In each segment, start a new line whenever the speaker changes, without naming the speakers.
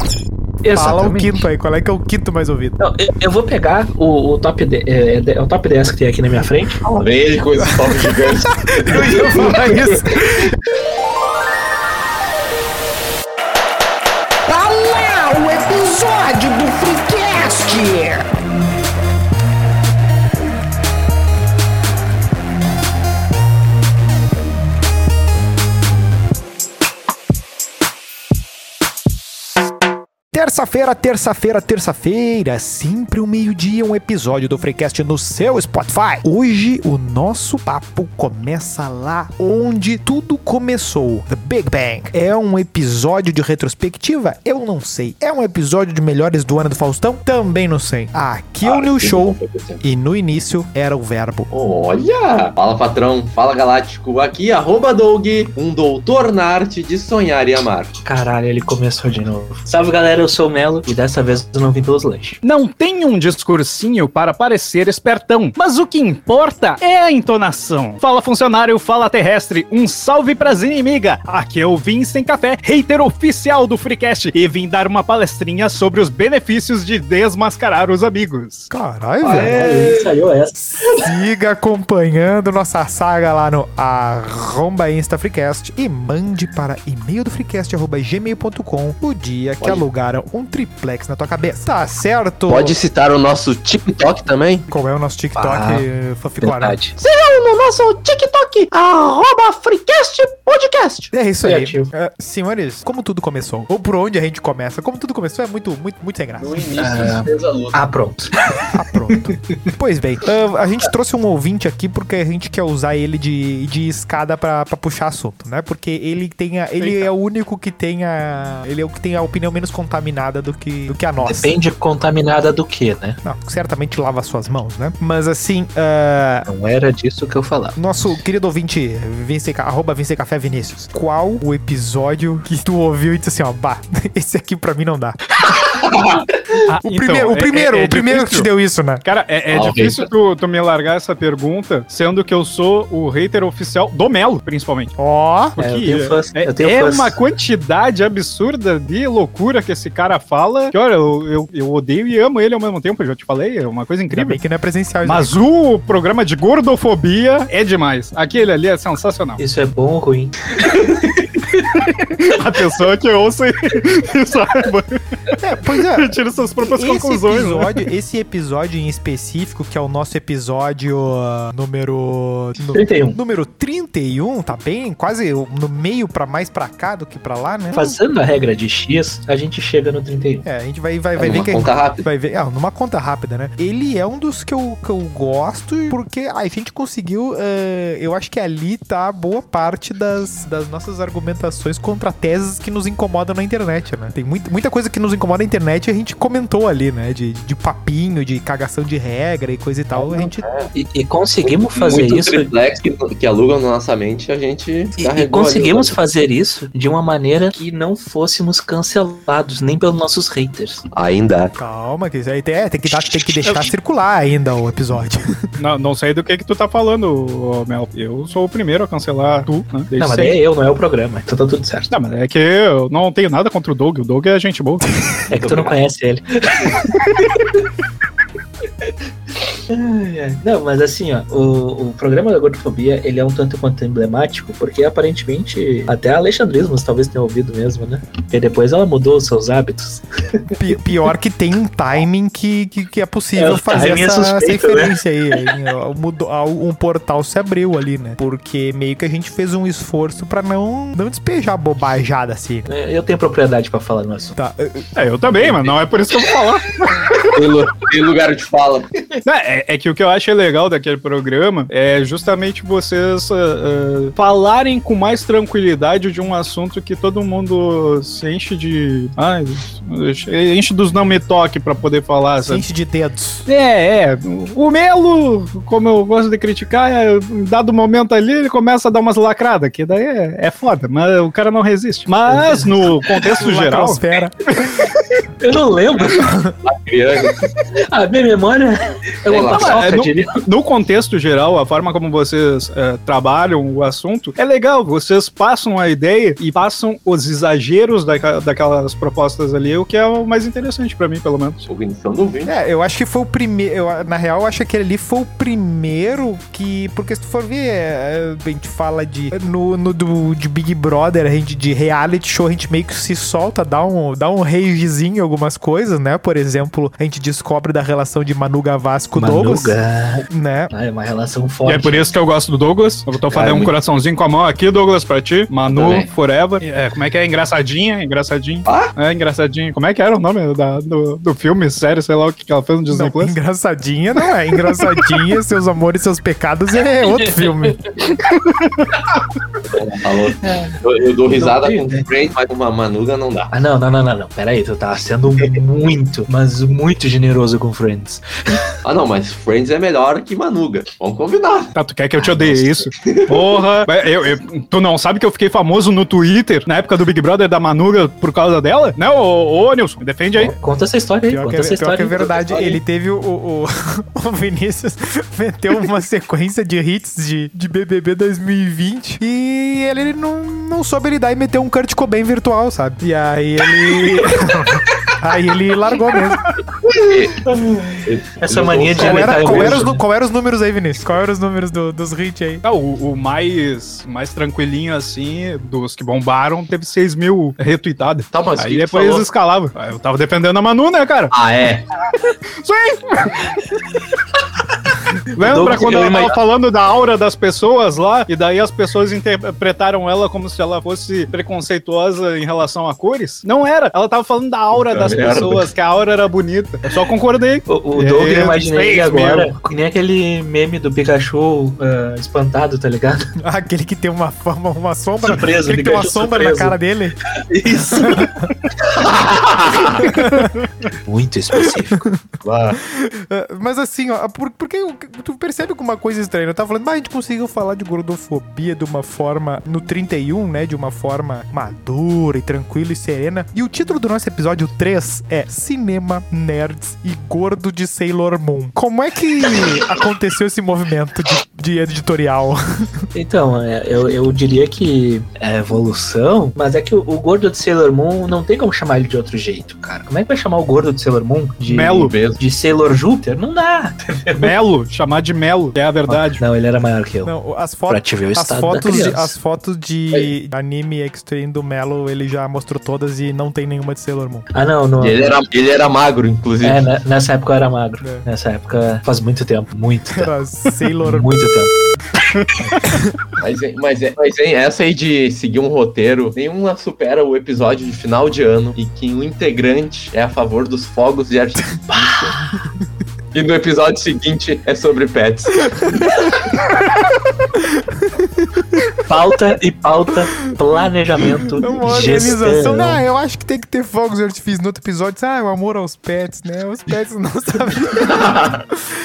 Fala o
Exatamente.
quinto aí, qual é que é o quinto mais ouvido?
Não, eu, eu vou pegar o, o top de, é, de- o top 10 que tem aqui na minha frente.
Vem ele com esse top gigante.
Eu ia falar isso.
Tá lá o episódio do Freecast!
Terça-feira, terça-feira, terça-feira, sempre um meio-dia, um episódio do Freecast no seu Spotify. Hoje o nosso papo começa lá onde tudo começou, The Big Bang. É um episódio de retrospectiva? Eu não sei. É um episódio de melhores do ano do Faustão? Também não sei. Aqui é o New Show e no início era o verbo.
Olha! Fala, patrão. Fala, galáctico. Aqui, arroba Doug, um doutor na arte de sonhar e amar.
Caralho, ele começou de novo. Salve galera, eu sou o Melo e dessa vez eu não vim pelos lanches.
Não tem um discursinho para parecer espertão, mas o que importa é a entonação. Fala funcionário, fala terrestre, um salve pras inimiga. Aqui é o Vin Sem Café, hater oficial do Freecast, e vim dar uma palestrinha sobre os benefícios de desmascarar os amigos.
Caralho, velho.
Aí saiu essa.
Siga acompanhando nossa saga lá no arromba Insta Freecast e mande para e-mail do freecast.gmail.com o dia que
Olha.
alugaram um triplex na tua cabeça. Tá certo?
Pode citar o nosso TikTok também?
Qual é o nosso TikTok,
Ah,
ah,
Verdade.
No nosso TikTok, arroba Freecast Podcast.
É isso aí.
Criativo.
É, senhores, como tudo começou? Ou por onde a gente começa? Como tudo começou é muito, muito, muito sem graça.
No início,
Ah.
fez a luta.
Ah, pronto.
Ah, pronto. pois bem, ah, a gente trouxe um ouvinte aqui porque a gente quer usar ele de, de escada pra, pra puxar assunto, né? Porque ele tem a, ele é o único que tem a, ele é o que tem a opinião menos contaminada do que, do que a nossa.
Depende contaminada do que, né?
Não, certamente lava suas mãos, né? Mas assim, ah,
Não era disso que eu falava.
nosso querido ouvinte, Vince, arroba Vince Café Vinícius, qual o episódio que tu ouviu e disse assim, ó, bah, esse aqui pra mim não dá.
Ah,
O
então,
primeiro,
é,
o primeiro, o primeiro que te deu isso, né?
Cara, é, é
Ah,
difícil tu, tu me largar essa pergunta, sendo que eu sou o hater oficial do Melo, principalmente.
Ó,
Porque
É, eu tenho fãs,
é,
eu tenho
é
fãs.
uma quantidade absurda de loucura que esse cara fala. Que, olha, eu, eu, eu odeio e amo ele ao mesmo tempo, eu já te falei, é uma coisa
ainda
incrível.
bem que não é presencial. isso
Mas o programa de gordofobia é demais. Aquele ali é sensacional.
Isso é bom ou ruim?
A pessoa que ouça e, e saiba,
É, pois é.
tira suas próprias
esse
conclusões. né?
episódio, esse episódio em específico, que é o nosso episódio ah, número nu-
31.
número 31, tá bem, quase no meio pra mais pra cá do que pra lá, né?
Fazendo a regra de X, a gente chega no 31.
É, a gente vai vai, vai
Vai
ver
numa
que
conta rápida.
vai ver, ah, numa conta rápida, né? Ele é um dos que eu, que eu gosto porque ah, a gente conseguiu, eh, eu acho que ali tá boa parte das, das nossas argumentações contra teses que nos incomodam na internet, né? Tem muita, muita coisa que nos incomoda na internet e a gente comentou ali, né? De, de papinho, de cagação de regra e coisa e tal. A gente
E, e conseguimos fazer
Muito
isso.
triplex que, que alugam na nossa mente, a gente
E, e
carregou ali.
conseguimos fazer isso de uma maneira que não fôssemos cancelados nem pelos nossos haters.
Ainda.
Calma, que isso aí tem, é, tem que, dar- tem que deixar circular ainda o episódio.
Não, não sei do que que tu tá falando, ô, Mel. Eu sou o primeiro a cancelar tu, né? Desde
não, mas
sempre.
daí é eu, não é o programa. Então tá tudo certo.
Não, mas é que eu não tenho nada contra o Doug. O Doug é gente boa.
É que tu não conhece ele. Ai, ai. Não, mas assim, ó, o, o programa da gordofobia, ele é um tanto quanto emblemático, porque aparentemente até a Alexandrismos talvez tenha ouvido mesmo, né? E depois ela mudou os seus hábitos.
Pi- pior que tem um timing que, que, que é possível
É, o
fazer
timing é
essa, essa
suspeito, né?
referência aí. Ó, Mudou, ah, um portal se abriu ali, né? Porque meio que a gente fez um esforço pra não, não despejar bobajada assim. né?
É, Eu tenho propriedade pra falar no assunto.
Tá, eh,
É, eu também, mas não é por isso que eu vou falar.
Tem, lu- tem lugar de fala.
Não, é, é que o que eu achei legal daquele programa é justamente vocês ah, ah, falarem com mais tranquilidade de um assunto que todo mundo se enche de. Ai, enche dos não me toque pra poder falar.
se
Sabe?
enche de dedos.
É, é. O Melo, como eu gosto de criticar, é, em dado momento ali, ele começa a dar umas lacradas, que daí é, é foda, mas o cara não resiste. Mas no contexto geral.
Lacrosfera.
Eu não lembro.
Criança,
A minha memória é
Sei lá.
uma
Ah,
paçoca
não-
de anime.
No contexto geral, a forma como vocês eh, trabalham o assunto é legal. Vocês passam a ideia e passam os exageros daquela- daquelas propostas ali, o que é o mais interessante pra mim, pelo menos.
Cognição do vinho.
É, eu acho que foi o primeiro. Na real, eu acho que aquele ali foi o primeiro que. Porque se tu for ver, é, a gente fala de. No, no do, de Big Brother, a gente de reality show, a gente meio que se solta, dá um, dá um ragezinho em algumas coisas, né? Por exemplo, a gente descobre da relação de Manu Gavasco com o Douglas.
Manuga.
Né?
Ah, é uma relação
E
forte.
é por isso que eu gosto do Douglas. Eu tô fazendo um
é muito-
coraçãozinho com a mão aqui, Douglas, pra ti. Manu,
Também.
Forever. É, como é que é? Engraçadinha, engraçadinha.
Ah?
É, engraçadinha. Como é que era o nome da- do, do filme, série, sei lá o que, que ela fez um no Disney
Não,
Plus?
engraçadinha não é. Engraçadinha, seus amores, seus pecados é outro filme.
Ela falou. Eu, eu dou risada
tem,
com
né?
o Friends, mas uma manuga não dá.
Ah, não, não, não, não, não. Pera aí, tu tá sendo muito, mas muito generoso com Friends.
Ah, não, mas Friends é melhor que manuga. Vamos combinar.
Tá, tu quer que eu te odeie isso? Porra! Mas eu- eu- tu não sabe que eu fiquei famoso no Twitter na época do Big Brother da Manuga por causa dela? Né, ô, ô Nilson? Me defende aí.
Conta essa história aí,
Pior que,
conta
é-
essa
pior
história.
que é
aí.
verdade,
Olha aí.
ele teve o, o, o Vinícius meteu uma sequência de hits de, de BBB 2020 e ele não, não soube lidar e meteu um Kurt Cobain virtual, sabe? E aí ele... aí ele largou mesmo.
Essa mania de
Qual, era,
Ele tá
qual,
evoluindo,
era os, nu-
né?
qual era os números aí, Vinícius? Qual eram os números do- dos hits aí?
Ah, o, o mais, mais tranquilinho, assim, dos que bombaram, teve 6 mil retuitadas.
Tá, mas o
Aí
que tu
depois
falou?
escalava. Ah, Eu tava defendendo a Manu, né, cara?
Ah, é.
Sim! Lembra
Douglas,
quando
eu
ela tava
imagino-
falando da aura das pessoas lá? E daí as pessoas interpretaram ela como se ela fosse preconceituosa em relação a cores? Não era. Ela tava falando da aura
Puta
das
merda.
pessoas, que a aura era bonita. Eu só concordei.
O, o Doug,
É,
eu imaginei ele
seis
agora, que nem aquele meme do Pikachu ah, espantado, tá ligado?
Ah, aquele que tem uma, forma, uma sombra...
Surpresa,
aquele que tem uma
Pikachu
sombra
surpresa.
na cara dele.
Isso. Muito específico. Claro.
Ah, Mas assim, ó, por- porque o- tu percebe alguma coisa estranha. Eu tava falando, mas a gente conseguiu falar de gordofobia de uma forma, no 31, né? De uma forma madura e tranquila e serena. E o título do nosso episódio 3 é Cinema, Nerds e Gordo de Sailor Moon. Como é que aconteceu esse movimento de, de editorial?
Então, é, eu, eu diria que é evolução, mas é que o, o gordo de Sailor Moon não tem como chamar ele de outro jeito, cara. Como é que vai chamar o gordo de Sailor Moon de,
Melo.
de Sailor Júpiter? Não dá.
Melo, chamar de Melo, que é a verdade.
Não, ele era maior que eu.
Não, as
pra
fotos.
te ver o
As
estado da
fotos, de,
criança.
as fotos de anime Extreme do Melo, ele já mostrou todas e não tem nenhuma de Sailor Moon.
Ah, não, não.
E Ele era, ele era magro, inclusive.
É, ne- nessa época eu era magro.
É.
Nessa época faz muito tempo. Muito tempo.
Era Sailor
Muito tempo.
Mas, hein, mas, hein, mas hein, essa aí de seguir um roteiro, nenhuma supera o episódio de final de ano e que um integrante é a favor dos fogos de artifício. e no episódio seguinte é sobre pets.
Pauta e pauta, planejamento,
É Uma organização.
gestão.
Não, eu acho que tem que ter fogos de artifício no outro episódio. Ah, o amor aos pets, né? Os pets não sabem.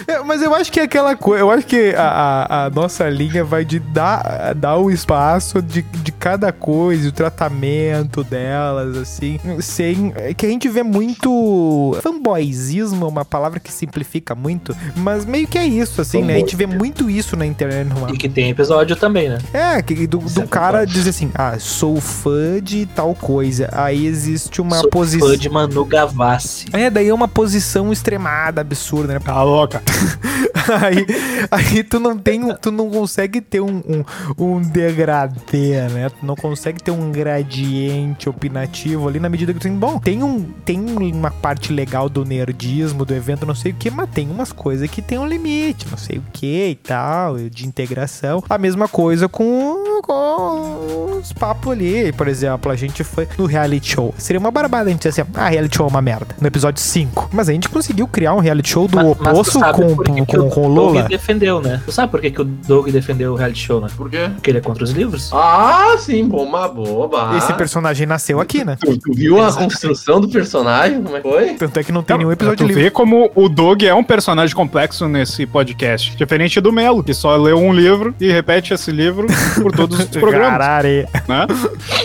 É, Mas eu acho que é aquela coisa. Eu acho que a, a- a nossa linha vai de dar, dar o espaço de, de cada coisa, o tratamento delas, assim. Sem. é Que a gente vê muito. Fanboyzismo é uma palavra que simplifica muito. Mas meio que é isso, assim, né? A gente vê muito isso na internet. não é?
E que tem episódio também, né?
É, que- do,
Isso
do
é
cara
verdade.
dizer assim, ah, sou fã de tal coisa. Aí existe uma
Sou
posição.
Fã de Manu Gavassi.
É, daí é uma posição extremada, absurda, né?
Tá louca.
aí, aí tu não tem, um- tu não consegue ter um, um, um degradê, né? Tu não consegue ter um gradiente opinativo ali na medida que tu tem, bom, tem um tem uma parte legal do nerdismo, do evento, não sei o que, mas tem umas coisas que tem um limite, não sei o que e tal, de integração. A mesma coisa com, com os papos ali, por exemplo, a gente foi no reality show. Seria uma barbada a gente dizer assim, ah, reality show é uma merda, no episódio 5. Mas a gente conseguiu criar um reality show do
Ma- mas tu
oposto
sabe
com,
por que
com,
que o
com, com o
Doug
Lula.
defendeu, né? Tu sabe por que, que o Doug defendeu o reality show, né?
Por quê?
Porque ele é contra os livros.
Ah, sim, bomba boba.
Ah.
Esse personagem nasceu aqui, né?
tu, tu viu a construção do personagem? Como é que foi?
Tanto é que não tem nenhum
Pra
episódio
tu
livre.
ver como o Doug é um personagem complexo nesse podcast. Diferente do Melo, que só leu um livro e repete esse livro por todo todos os programas.
Carare.
né?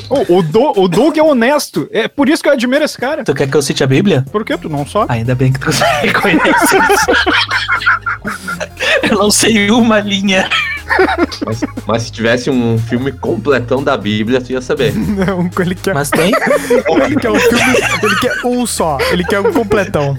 O, o, Du- o Doug é honesto. É por isso que eu admiro esse cara.
Tu quer que eu cite a Bíblia?
Por que tu não só?
Ainda bem que tu reconhece isso. Eu não sei uma linha.
Mas, mas se tivesse um filme completão da Bíblia, tu ia saber.
Não, ele quer,
Mas tem.
ele quer um filme, ele quer um só, ele quer um completão.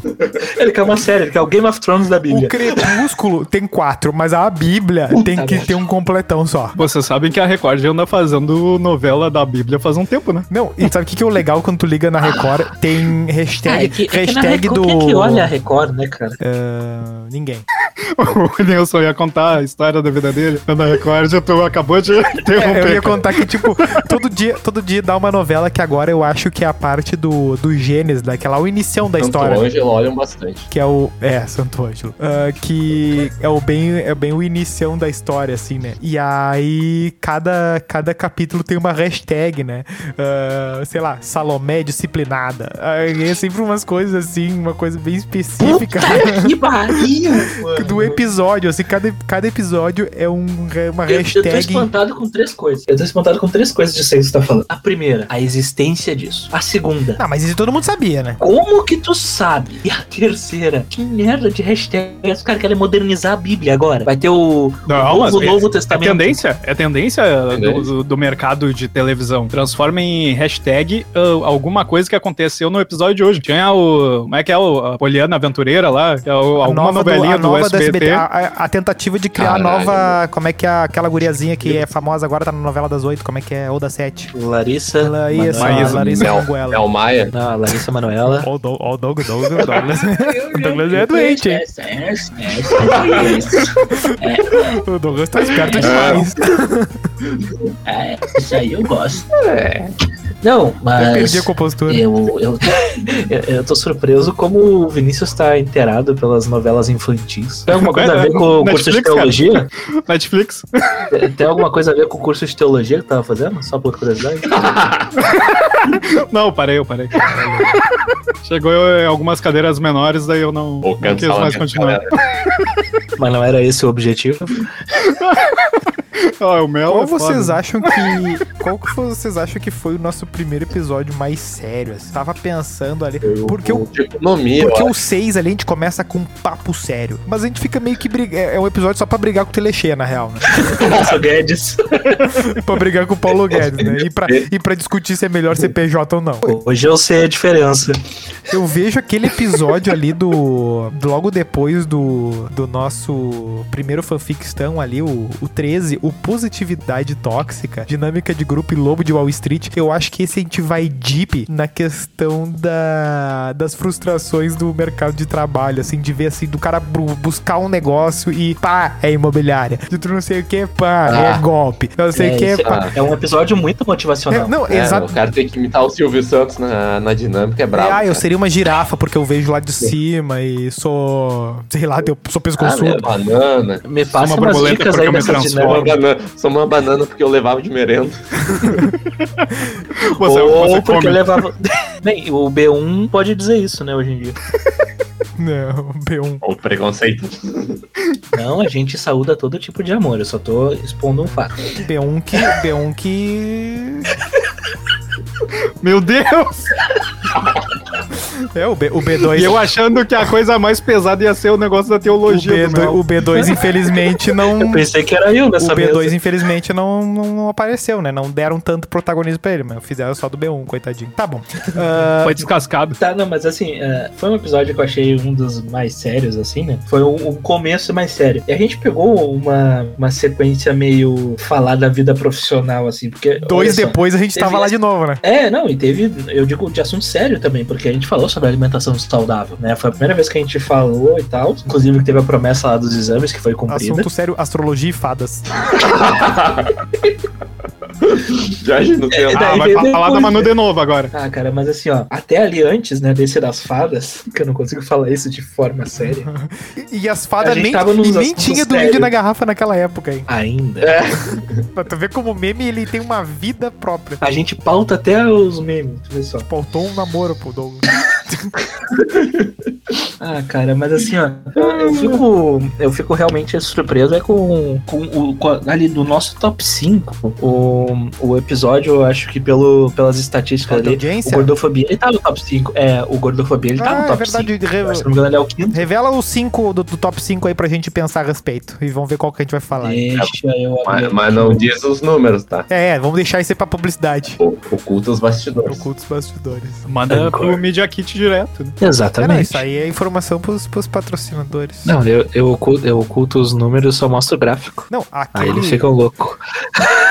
Ele quer uma série, ele quer o Game of Thrones da
O
Bíblia.
Crepúsculo tem quatro, mas a Bíblia tem que ter um completão só.
Vocês sabem que a Record já anda fazendo novela da Bíblia faz um tempo, né?
Não, e sabe o que, que é o legal quando tu liga na Record? Tem hashtag, hashtag do...
Quem Ah, é que olha a Record, né, cara?
Ah, ninguém.
O Nilson ia contar a história da vida dele na Record, tu acabou de
É, eu
interromper.
ia contar que, tipo, todo dia, todo dia dá uma novela que agora eu acho que é a parte do, né? do Gênesis, daquela, é o inicião da
Tanto
história.
o Ângelo olham bastante.
Que é o. É, Santo Ângelo. Ah, que é o bem é bem o inicião da história, assim, né? E aí, cada, cada capítulo tem uma hashtag, né? Ah, sei lá, Salomé disciplinada. Aí é sempre umas coisas assim, uma coisa bem específica
que barril!
do episódio. Assim, cada, cada episódio é um, uma
Eu, eu tô
hashtag.
espantado com três coisas. Eu tô espantado com três coisas disso aí que você tá falando. A primeira, a existência disso. A segunda,
Ah, mas isso todo mundo sabia, né?
como que tu sabe? E a terceira, que merda de hashtag. Os caras querem modernizar a Bíblia agora. Vai ter o,
Não,
o
mas
novo,
é-
Novo
É
Testamento.
tendência, é tendência do,
Tendência.
do- do mercado de televisão. Transforma em hashtag ah, alguma coisa que aconteceu no episódio de hoje. Tinha o. Como é que é o a Poliana Aventureira lá? Que é o,
A
alguma
nova do,
novelinha
a
do,
nova do
SBT.
SBT. A, a- a tentativa de criar a
Caralho.
nova. Como é que é aquela guriazinha que é famosa agora, tá na novela das oito? Como é que é? Ou das sete?
Larissa.
Ela ia essa
Manoela.
Maísa.
Larissa
Mel,
Manguela.
Mel É Maia.
Não, a Larissa Manoela.
Ó o Doug, ó o Doug, Doug, o Douglas. O Douglas é doente, hein? O Douglas tá esperto demais.
É, isso aí eu gosto. É. Não,
é
Eu perdi
mas.
a compostura.
Eu, eu, eu, eu tô surpreso como o Vinícius tá inteirado pelas novelas infantis. Tem alguma coisa a ver com o curso de
Netflix, cara.
teologia?
Netflix.
Tem- Tem alguma coisa a ver com o curso de teologia que tu tava fazendo? Só por curiosidade?
Não, parei, eu parei. Chegou eu em algumas cadeiras menores, daí eu não,
Ou
não quis mais continuar.
cancelamento.
Mas não era esse o objetivo.
Ah, o Mel.
Qual
é foda.
vocês acham que. Qual que vocês acham que foi o nosso primeiro episódio mais sério? assim? Tava pensando ali. Porque o.
De economia,
Porque
ó.
o 6 ali a gente começa com um papo sério. Mas a gente fica meio que briga. É é um episódio só pra brigar com o Telexê, na real, né?
Sou Guedes.
pra brigar com o Paulo Guedes, né? E pra, e pra discutir se é melhor CPJ ou não.
Hoje eu sei a diferença.
Eu vejo aquele episódio ali do. do- Logo depois do, do nosso primeiro fanfictão ali, o, o 13, o Positividade Tóxica, Dinâmica de Grupo e Lobo de Wall Street. Eu acho que esse a gente vai deep na questão da, das frustrações do mercado de trabalho, assim, de ver assim, do cara bu- buscar um negócio e pá, é imobiliária. De tu não sei o que, pá, é
Ah.
golpe. Não sei o que,
isso
pá.
é um episódio muito
É,
motivacional.
não,
É,
exato.
O cara tem que imitar o Silvio Santos na, na dinâmica, é brabo.
ah, eu
cara.
seria uma girafa porque eu vejo lá de cima e sou, sei lá, eu sou
Ah,
pescoçudo.
minha banana.
Me passa
Uma
umas
borboleta
dicas
porque
aí
eu me
dessa
Sou uma,
transformo.
dinâmica.
banana, sou uma banana porque eu levava de merenda.
Você, é um
Ou
você
porque
come.
levava. Bem, o B1 pode dizer isso, né, hoje em dia. Ah,
Não, B1.
O preconceito.
Não, a gente saúda todo tipo de amor. Eu só tô expondo um fato.
B1 que. B1 que.
Meu Deus!
É, o, B, o B2.
E eu achando que a coisa mais pesada ia ser o negócio da
o,
teologia. do
B2
Mel.
o B2, infelizmente, não.
Eu
O
pensei que assim. era eu nessa
B2,
mesa.
infelizmente, não, não não apareceu, né? Não deram tanto protagonismo pra ele, mas fizeram só do B1, coitadinho. Tá bom. Ah,
Foi descascado.
Tá, não, mas assim, é, foi um episódio que eu achei um dos mais sérios, assim, né? Foi um, um começo mais sério. E a gente pegou uma, uma sequência meio falar da vida profissional, assim, porque.
dois
olha só,
depois a gente tava
Teve-
lá de novo, né?
É, não, e teve, eu digo, de assunto sério também, porque a gente falou sobre alimentação saudável, né? Foi a primeira vez que a gente falou e tal. Inclusive, teve a promessa lá dos exames que foi cumprida.
Assunto sério, astrologia e fadas.
Jorge no tempo.
Ah,
daí
vai
veio
falar da
depois,
Manu de novo agora.
Ah, cara, mas assim, ó, até ali antes, né, desse das fadas, que eu não consigo falar isso de forma séria,
E e as fadas
A gente
nem,
tava nos
e nem
assuntos
tinha duende
sérios.
na garrafa naquela época, hein?
ainda.
É.
Pra tu ver como o meme ele tem uma vida própria.
A gente pauta até os memes, tu vê só.
Faltou um namoro pro Douglas.
Ah, cara, mas assim, ó, eu,
Uhum.
eu fico. Eu fico realmente surpreso é com, com o com a- ali do nosso top 5. O, o episódio, eu acho que pelo, pelas estatísticas
de
ali. O
audiência?
Gordofobia, ele tá no top 5. É, o Gordofobia, ele tá
Ah,
no
é
top 5.
verdade. re-
Se não me engano, ele é o quinto.
Revela os cinco do, do top 5 aí pra gente pensar a respeito. E vamos ver qual que a gente vai falar. É,
Deixa eu
Mas,
abrir
mas
aqui.
não diz os números, tá?
é, vamos deixar isso aí pra publicidade.
O- Oculta os bastidores.
Ocultos bastidores.
Manda
Anchor.
É pro Media Kit direto. né?
Cara,
Exatamente.
isso aí é informação pros, pros patrocinadores.
Não, eu, eu, oculto, eu oculto os números, só mostro o gráfico.
Não,
Aí
aquele.
eles ficam loucos.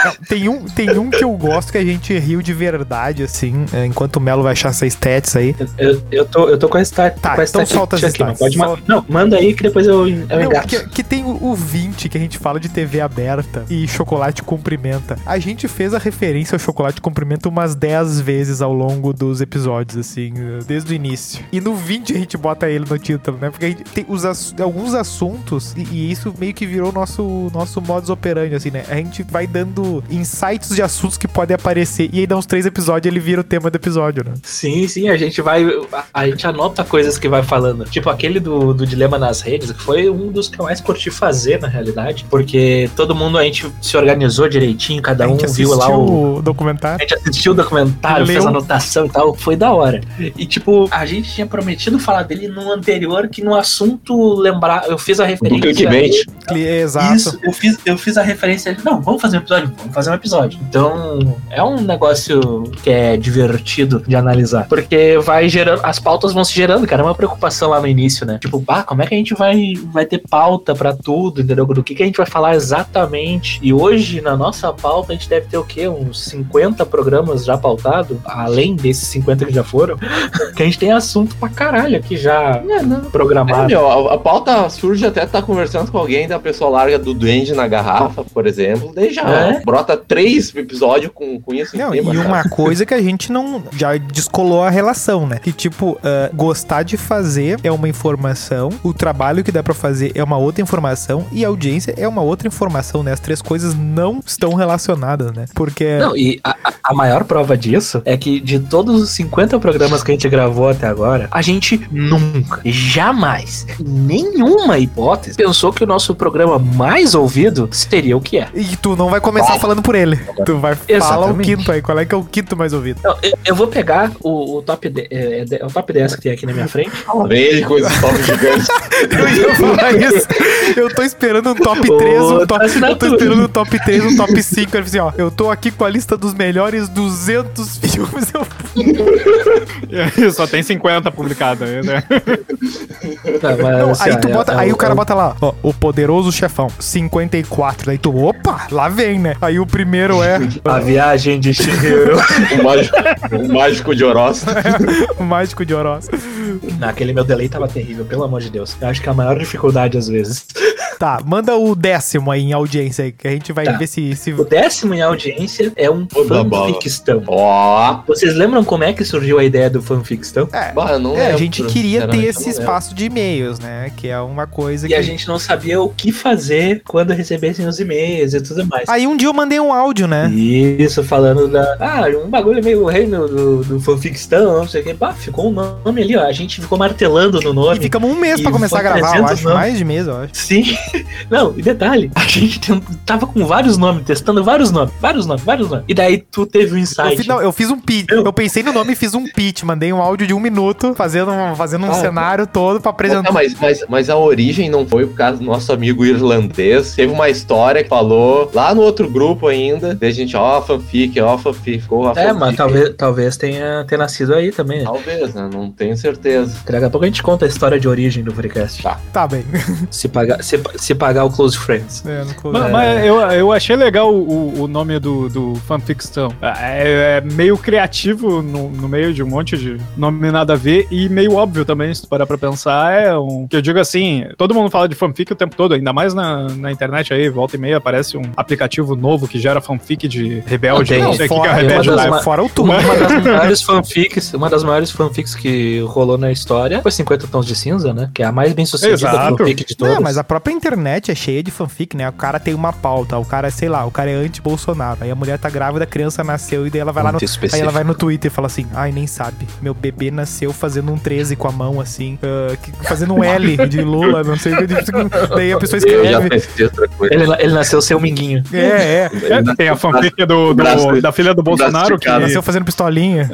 Não, tem, um, tem um que eu gosto que a gente riu de verdade, assim. é, enquanto o Melo vai achar essas stats aí.
Eu, eu, tô, eu tô com a stat.
Tá,
com a
então
estatística
solta as
aqui, mas
stats.
pode ma-
Solta.
Não, manda aí que depois eu, eu
Não,
engato.
que, que tem o, o 20 que a gente fala de TV aberta e chocolate cumprimenta. A gente fez a referência ao chocolate cumprimenta umas 10 vezes ao longo dos episódios, assim, desde o início. E no 20 a gente bota ele no título, né? Porque a gente tem os ass- alguns assuntos, e, e isso meio que virou nosso, nosso modus operandi, assim, né? A gente vai dando insights de assuntos que podem aparecer, e aí dá uns três episódios ele vira o tema do episódio, né?
Sim, sim, a gente vai. a- A gente anota coisas que vai falando. Tipo aquele do, do dilema nas redes, que foi um dos que eu mais curti fazer, na realidade. Porque todo mundo a gente se organizou direitinho, cada
a
um
gente
viu lá o.
o documentário.
A gente assistiu o documentário,
Leu.
fez anotação e tal, foi da hora. E tipo, a gente tinha prometido falar dele no anterior que no assunto lembrar, eu fiz a
Do
referência.
clickbait.
É,
Exato.
Isso, eu fiz, eu fiz a referência. Não, vamos fazer um episódio, vamos fazer um episódio. Então, é um negócio que é divertido de analisar. Porque vai gerando. As pautas vão se gerando, cara. É uma preocupação lá no início, né? Tipo, bah, como é que a gente vai, vai ter pauta pra tudo, entendeu? Do que, que a gente vai falar exatamente. E hoje, na nossa pauta, a gente deve ter o quê? Uns 50 programas já pautados, além desses 50 que já foram. que a gente tem assunto pra caralho aqui já
É, não. É,
programado.
meu, a, a pauta surge até tá conversando com alguém, da pessoa larga do duende na garrafa, por exemplo, daí já
É.
brota três episódios com, com isso em
Não,
cima,
e
sabe?
uma coisa que a gente não. Já descolou a relação, né? Que, tipo, ah, gostar de fazer é uma informação, o trabalho que dá pra fazer é uma outra informação, e a audiência é uma outra informação, né? As três coisas não estão relacionadas, né? Porque.
Não, e a, a- a maior prova disso é que de todos os 50 programas que a gente gravou até agora, a gente nunca, jamais, em nenhuma hipótese, pensou que o nosso programa mais ouvido seria o que é.
E tu não vai começar falando por ele. Tu vai falar o
Exatamente.
quinto aí. Qual é que é o quinto mais ouvido?
Não, eu, eu vou pegar o, o top de, é, é, o top 10 que tem aqui na minha frente.
Vem ele com esse top gigante.
Eu ia falar isso. Eu tô esperando um top 3, um
Outra
top. Eu tô
assinatura.
esperando um top 3, um top 5. Ele assim, ó, eu tô aqui com a lista dos melhores 200 filmes. Eu
Só tem 50 publicado aí, né?
Tá, mas,
né? Não,
assim,
aí
ó,
tu
é-
bota,
é
aí
o-
o cara
é o-
bota lá, ó, o poderoso chefão, 54. Daí tu, opa, lá vem, né? Aí o primeiro é
A viagem de Shihiro.
o, mágico, o mágico de Oroz.
o mágico de Oroz.
Naquele meu delay tava terrível, pelo amor de Deus. Eu acho que é a maior dificuldade às vezes.
Tá, manda o décimo aí em audiência aí, que a gente vai
Tá.
ver se. se...
O décimo em audiência é um
Ô, da bola.
fanfictão.
Ó.
Vocês lembram como é que surgiu a ideia do então? fanfictão?
É,
Bah, eu não
é, a
lembro,
gente queria ter
sinceramente, eu
esse
não lembro.
espaço de e-mails, né? Que é uma coisa
E
que.
a gente não sabia o que fazer quando recebessem os e-mails e tudo mais.
Aí um dia eu mandei um áudio, né?
Isso, falando da. Ah, um bagulho meio reino do, do fanfictão, não sei o que. Bah, ficou um nome ali, ó. A gente ficou martelando no
E
nome.
ficamos um mês
Uhum. E
pra começar a
foi
gravar, eu
300
acho.
anos.
Mais de mês, eu acho.
Sim. Não, e detalhe, a gente tem- um, tava com vários nomes, testando vários nomes, vários nomes, vários nomes. E daí tu teve um insight.
Eu fiz, não, eu fiz um pitch.
Eu-
Eu pensei no nome e fiz um pitch. Mandei um áudio de um minuto, fazendo um, fazendo um
Ah,
cenário todo pra apresentar.
é
Não, mas, mas, mas a origem não foi por causa do nosso amigo irlandês. Teve uma história que falou lá no outro grupo ainda. Daí a gente, ó, fanfic, ó, fanfic, ficou a
É,
fanfic.
mas talvez, talvez tenha, tenha nascido aí também, né?
Talvez, né? Não tenho certeza.
Daqui a pouco a gente conta a história de origem do Freecast.
Tá bem.
Se pagar, se, pa- se pagar o Close Friends.
É, não colo-
Mas, mas eu, eu achei legal o, o nome do, do fanfictão. É, é meio criativo no, no meio de um monte de nome nada a ver e meio óbvio também, se tu parar pra pensar. É um. Que eu digo assim, todo mundo fala de fanfic o tempo todo, ainda mais na, na internet aí, volta e meia aparece um aplicativo novo que gera fanfic de rebelde.
Não,
Não,
Não,
sei o que que é
fora,
eu
rebelde
mando
lá.
uma-
fora o turno.
Mas-
Uma das maiores fanfics, uma das maiores fanfics que rolou na história foi 50 Tons de Cinza, né? Que é a mais bem sucedida
Exato.
fanfic de todas.
Não, mas a própria internet é cheia de fanfic, né? O cara tem uma pauta, o cara, sei lá, o cara é anti-Bolsonaro. Aí a mulher tá grávida, a criança nasceu e daí ela vai lá no.
Muito
Aí
específico.
ela vai no Twitter e fala assim: ai, nem sabe. Meu bebê nasceu fazendo um 13 com a mão, assim, ah, que- fazendo um L de Lula, não sei o que. tipo, Daí a pessoa
Eu já
escreve.
pensei outra coisa.
Ele, ele nasceu seu minguinho.
É, é.
tem a fanfic do, do-
braço-
da filha do
braço
Bolsonaro que.
esticado.
Nasceu fazendo pistolinha.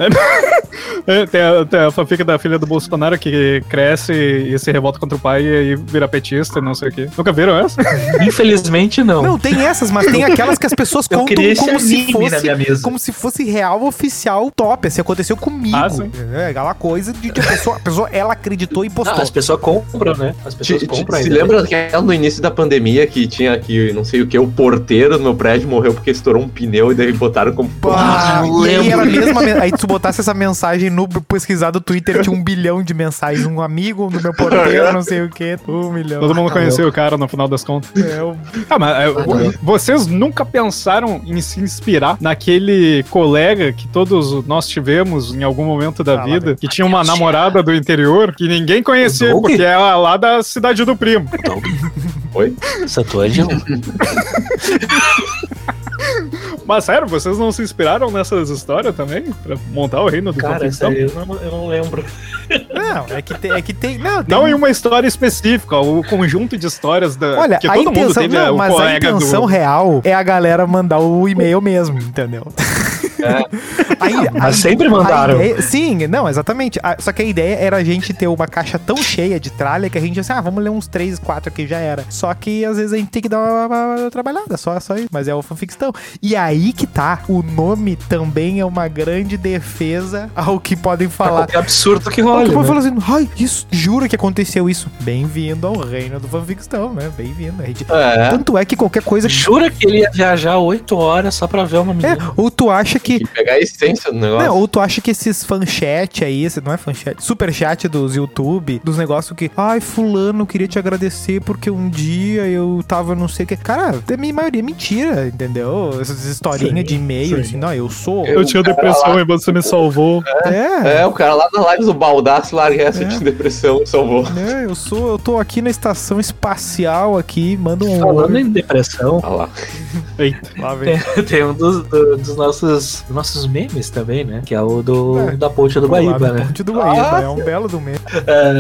É, tem, a, tem a fanfic da filha do Bolsonaro que cresce e se revolta contra o pai e aí vira petista e não sei o quê. Nunca viram essa?
Infelizmente, não.
Não, tem essas, mas tem aquelas que as pessoas
Eu
contam
queria esse
um como se
anime na
fosse
minha mesa.
como se fosse real oficial top. Assim, aconteceu comigo.
Ah, sim.
é, aquela coisa de, de a, pessoa, a pessoa, ela acreditou e
Ah,
postou.
as pessoas compram, né? As
Te-
pessoas
te-
compram
se
ainda.
lembra daquela no início da pandemia que tinha aqui, não sei o que, o porteiro do meu prédio morreu porque estourou um pneu e daí botaram como.
Pá,
Ah, eu
e aí,
lembro.
ela mesma, men- aí tu botasse essa mensagem no pesquisar do Twitter, tinha um bilhão de mensagens. Um amigo do meu porteiro, não sei o que, um milhão.
Todo mundo conheceu o cara no final das contas.
É, o-
Ah, mas é, vo- vocês nunca pensaram em se inspirar naquele colega que todos nós tivemos em algum momento
Ah,
da
lá
vida,
vem.
que tinha uma namorada do interior que ninguém conhecia,
O Doug?
porque era lá da cidade do primo.
Oi?
Santo Ângelo?
Mas sério, vocês não se inspiraram nessas histórias também? Pra montar o reino do então?
Cara,
Confecção?
sério, eu não, eu não lembro.
Não, é que tem. É que tem não, tem
Não em uma história específica, o conjunto de histórias da,
Olha,
que
a
todo mundo
intenção,
teve é,
não,
o
mas a
colega
intenção
do...
real é a galera mandar o e-mail mesmo, entendeu?
É.
Aí,
Mas sempre mandaram.
a ideia- sim, não, exatamente. A- só que a ideia era a gente ter uma caixa tão cheia de tralha que a gente assim, ah, vamos ler uns 3, 4 aqui já era. Só que às vezes a gente tem que dar uma, uma- uma trabalhada, só, só isso. Mas é o fanfictão. E aí que tá, o nome também é uma grande defesa ao que podem falar.
Que É um absurdo que
O
rola.
que foi
Tá Né?
falando assim, ai, isso, juro que aconteceu isso. Bem-vindo ao reino do fanfictão, né? Bem-vindo. A gente
Ah.
É.
tanto é que qualquer coisa.
Jura que ele ia viajar 8 horas só pra ver uma
É,
menina?
ou tu acha que.
E pegar a essência do negócio.
Não, ou tu acha que esses fanchat aí, esse- não é fanchat, superchat dos YouTube, dos negócios que, ai, fulano, queria te agradecer porque um dia eu tava não sei o que. Cara, a minha maioria é mentira, entendeu? Essas historinhas
Sim,
de e-mail,
sim.
assim, não, eu sou.
Eu tinha
O cara
depressão
lá-
e você me salvou.
é.
É, o cara lá na live do Baldaço larga essa
É.
de depressão, salvou.
né? eu sou, eu tô aqui na estação espacial aqui, manda um
Falando
oi.
em depressão,
Olha Tá lá.
Eita.
Lá vem.
tem um dos, do- dos nossos, nossos memes também, né? Que é o do,
É.
da ponte do
Lá
Guaíba,
do
né?
Ponte do Guaíba, é um belo do mês.